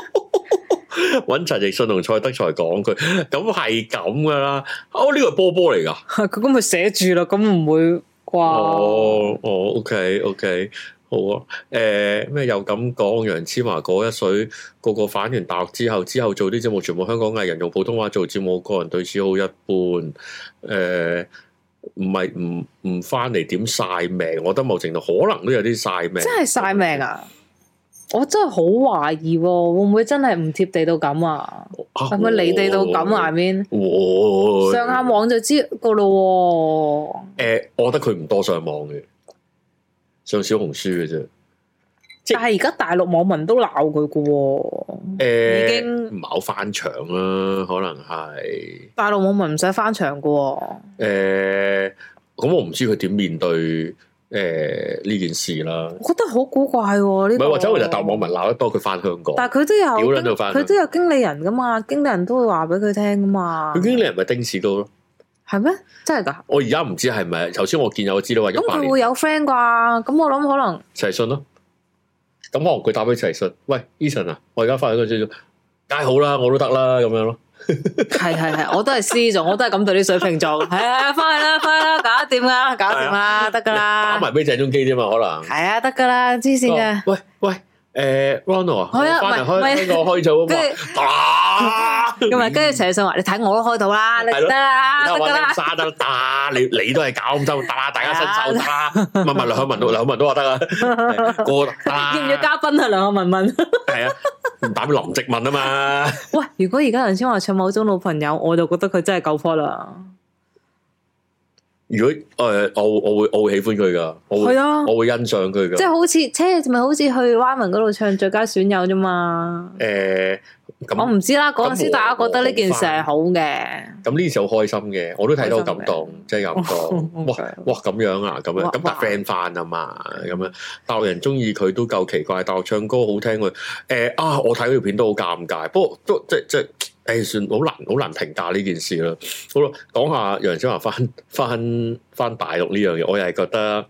Speaker 1: 揾陳奕迅同蔡德才講佢，咁係咁噶啦。哦，呢個係波波嚟㗎。
Speaker 2: 佢咁咪寫住咯，咁唔會啩？
Speaker 1: 哦，哦，OK OK，好啊。誒、咩又咁講？楊千嬅嗰一水，個個反完大學之後，之後做啲節目，全部香港藝人用普通話做節目，我個人對此好一般。誒、唔係唔唔翻嚟點晒命？我覺得某程度可能都有啲晒命。
Speaker 2: 真係晒命啊！我真係好懷疑喎，會唔會真係唔貼地到咁啊？
Speaker 1: 啊
Speaker 2: 係咪離地到咁啊？下？面
Speaker 1: 我
Speaker 2: 上下網就知個咯
Speaker 1: 誒、我覺得佢唔多上網嘅，上小紅書嘅啫。
Speaker 2: 喎。但係而家大陸網民都鬧佢嘅喎，
Speaker 1: 誒、
Speaker 2: 已經
Speaker 1: 唔係好翻牆啦，可能係。
Speaker 2: 大陸網民唔使翻牆嘅喎。
Speaker 1: 诶、呃咁我唔知佢點面對诶呢、件事啦。
Speaker 2: 我覺得好古怪喎呢
Speaker 1: 唔
Speaker 2: 個。
Speaker 1: 係或者佢就答網民鬧得多，佢翻香港。
Speaker 2: 但係佢都有
Speaker 1: 屌撚
Speaker 2: 經
Speaker 1: 到返啊去
Speaker 2: 佢都有經理人噶嘛，經理人都會話俾佢聽噶嘛
Speaker 1: 佢。經理人咪丁士高咯。
Speaker 2: 係咩？真係㗎？
Speaker 1: 我而家唔知係咪，頭先我見有個資料話一
Speaker 2: 咁
Speaker 1: 八
Speaker 2: 佢
Speaker 1: 年
Speaker 2: 會有 friend 啩？咁我諗可 能
Speaker 1: 齊信咯。咁可能佢打俾齊信，喂，Eason 啊，我而家翻去嗰陣，梗係好啦，我都得啦，咁樣咯。
Speaker 2: 系系系，我都系狮座，我都系咁對啲水瓶 座。系啊，翻去啦，翻去啦，搞掂啦，搞掂啦，得噶
Speaker 1: 打
Speaker 2: 啦，
Speaker 1: 啊埋俾哦鄭中基啫嘛，可能
Speaker 2: 系。啊，得噶啦，黐線嘅。
Speaker 1: 喂喂，诶，Ronald 啊，
Speaker 2: 啊係啊
Speaker 1: 我翻嚟
Speaker 2: 唔係
Speaker 1: 開
Speaker 2: 唔係
Speaker 1: 呢個開咗
Speaker 2: 跟
Speaker 1: 啊嘛，打
Speaker 2: 咁啊，跟住陳奕迅話：你睇我都開到啦，你
Speaker 1: 係咯
Speaker 2: 得啦，啊得
Speaker 1: 你睇
Speaker 2: 噶
Speaker 1: 我
Speaker 2: 啦
Speaker 1: 揾，沙得打，你你都係搞唔收打，大家伸手打，唔係唔係梁漢文都梁漢文都話得 啊，個打
Speaker 2: 要唔要嘉賓啊？梁漢文 問。
Speaker 1: 係啊，唔打俾林植文啊嘛，
Speaker 2: 喂，如果而家梁千華唱某種老朋友，我就覺得佢真係夠 p 啦。
Speaker 1: 如果诶我我會我會喜歡佢噶，我會
Speaker 2: 係啊
Speaker 1: 我會欣賞佢噶
Speaker 2: 即。係好似，車咪好似去 Y 文嗰度唱最佳選友啫嘛。
Speaker 1: 诶，咁
Speaker 2: 我唔知啦，嗰陣時
Speaker 1: 咁
Speaker 2: 大家
Speaker 1: 我
Speaker 2: 覺得呢件事係好嘅。
Speaker 1: 咁呢次好開心嘅，我都睇到好
Speaker 2: 開心嘅
Speaker 1: 感動，真係感動。
Speaker 2: 哦
Speaker 1: 哇
Speaker 2: OK
Speaker 1: 哇咁樣啊，咁樣
Speaker 2: 哇
Speaker 1: 咁但
Speaker 2: 哇
Speaker 1: friend 翻啊嘛，咁樣大陸人中意佢都夠奇怪，大陸唱歌好聽佢。誒、啊，我睇嗰條片都好尷尬，不過都即即誒算好難好難評價呢件事啦。好啦，講下楊千嬅 翻翻翻大陸呢樣嘢，我又係覺得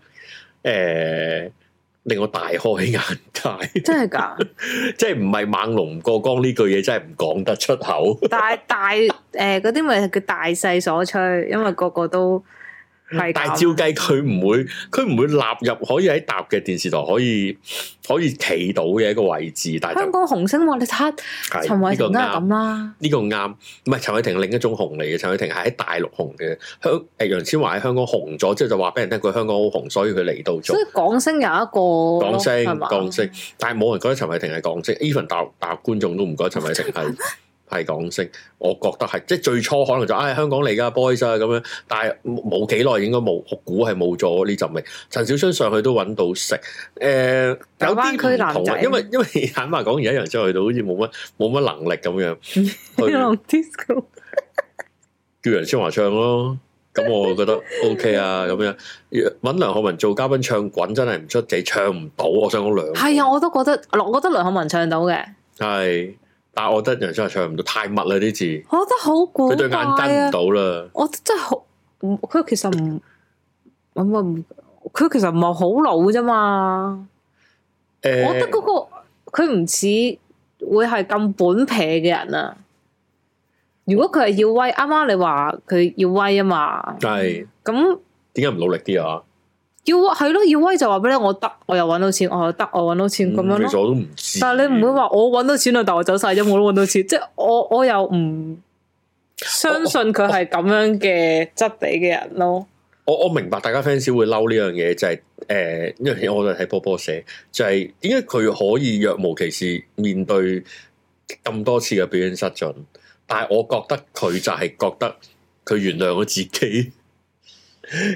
Speaker 1: 誒、令我大開眼界，
Speaker 2: 真係㗎。
Speaker 1: 即係唔係猛龍唔過江呢句嘢真係唔講得出口。
Speaker 2: 大大诶嗰啲咪叫大勢所趨，因為個個都係
Speaker 1: 但係
Speaker 2: 咁
Speaker 1: 照計佢唔會，佢唔會納入可以喺搭嘅電視台可以可以企到嘅一個位置，但係
Speaker 2: 香
Speaker 1: 就
Speaker 2: 港紅星話你睇
Speaker 1: 係
Speaker 2: 陳
Speaker 1: 呢
Speaker 2: 偉
Speaker 1: 個
Speaker 2: 霆都係
Speaker 1: 啱，
Speaker 2: 咁啦，
Speaker 1: 呢個啱，唔係陳偉霆另一種紅嚟嘅，陳偉霆係喺大陸紅嘅，香誒楊千嬅喺香港紅咗之後就話俾人聽佢香港好紅，所以佢嚟到做
Speaker 2: 所以港星有一個
Speaker 1: 港星
Speaker 2: 係嘛
Speaker 1: 港星，但係冇人覺得陳偉霆係港星，even 大陸大陸觀眾都唔覺得陳偉霆 係。係港星，我覺得係即係最初可能就唉、香港嚟㗎 boys 啊咁樣，但係冇冇幾耐應該冇，我估係冇咗呢陣味。陳小春上去都揾到食，誒、有
Speaker 2: 大灣區
Speaker 1: 啲唔
Speaker 2: 男
Speaker 1: 同啊
Speaker 2: 仔，
Speaker 1: 因為因為坦白講，而家楊千嬅去到好似冇乜冇乜能力咁 樣，
Speaker 2: 一
Speaker 1: 去
Speaker 2: 路 disco
Speaker 1: 叫楊千嬅唱咯。咁我覺得 OK 啊，咁樣揾梁漢文做嘉賓唱滾真係唔出奇，唱唔到。我想講兩個
Speaker 2: 係啊，我都覺得，嗱我覺得梁漢文唱到嘅，
Speaker 1: 係，但係我覺得楊千嬅唱唔到，太密啦啲字，
Speaker 2: 我覺得好古
Speaker 1: 佢對
Speaker 2: 怪
Speaker 1: 眼跟
Speaker 2: 啊
Speaker 1: 唔！到啦。
Speaker 2: 我真係好，唔佢其實唔咁啊唔，佢其實唔係好老啫嘛，
Speaker 1: 誒、
Speaker 2: 我覺得嗰、個佢唔似會係咁本撇嘅人啊。如果佢係要威，啱啱你話佢要威啊嘛，
Speaker 1: 係
Speaker 2: 咁
Speaker 1: 點解唔努力啲啊？
Speaker 2: 要威係咯，要威就話俾你，我得，我又揾到錢，我又得，我揾到錢咁樣
Speaker 1: 嗯其實
Speaker 2: 咯。
Speaker 1: 我都唔知。
Speaker 2: 但係你唔會話我揾到錢啦，但我走晒音，我都揾到錢，即係我我又唔相信佢係咁樣嘅質地嘅人咯。
Speaker 1: 我我明白大家 fans 會嬲呢樣嘢，就係、呃因為我就睇波波寫，就係點解佢可以若無其事面對咁多次嘅表演失準，但係我覺得佢就係覺得佢原諒咗自己。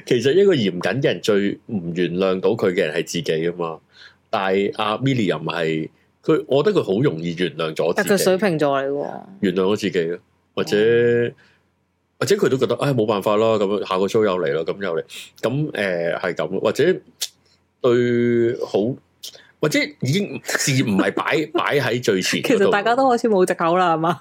Speaker 1: 其實一個嚴謹嘅人最唔原諒到佢嘅人係自己啊嘛，但係阿 Milliam 係佢，我覺得佢好容易原諒咗
Speaker 2: 但
Speaker 1: 自
Speaker 2: 佢
Speaker 1: 己。
Speaker 2: 水瓶座嚟喎，
Speaker 1: 原諒咗自己咯，或者或者佢都覺得，哎唉冇辦法啦，咁樣下個 show 又嚟啦，咁又嚟，咁誒係咁咯，或者對好，或者已經事唔係擺 擺喺最前嗰
Speaker 2: 其
Speaker 1: 度，
Speaker 2: 實大家都開始冇藉口啦，係嘛？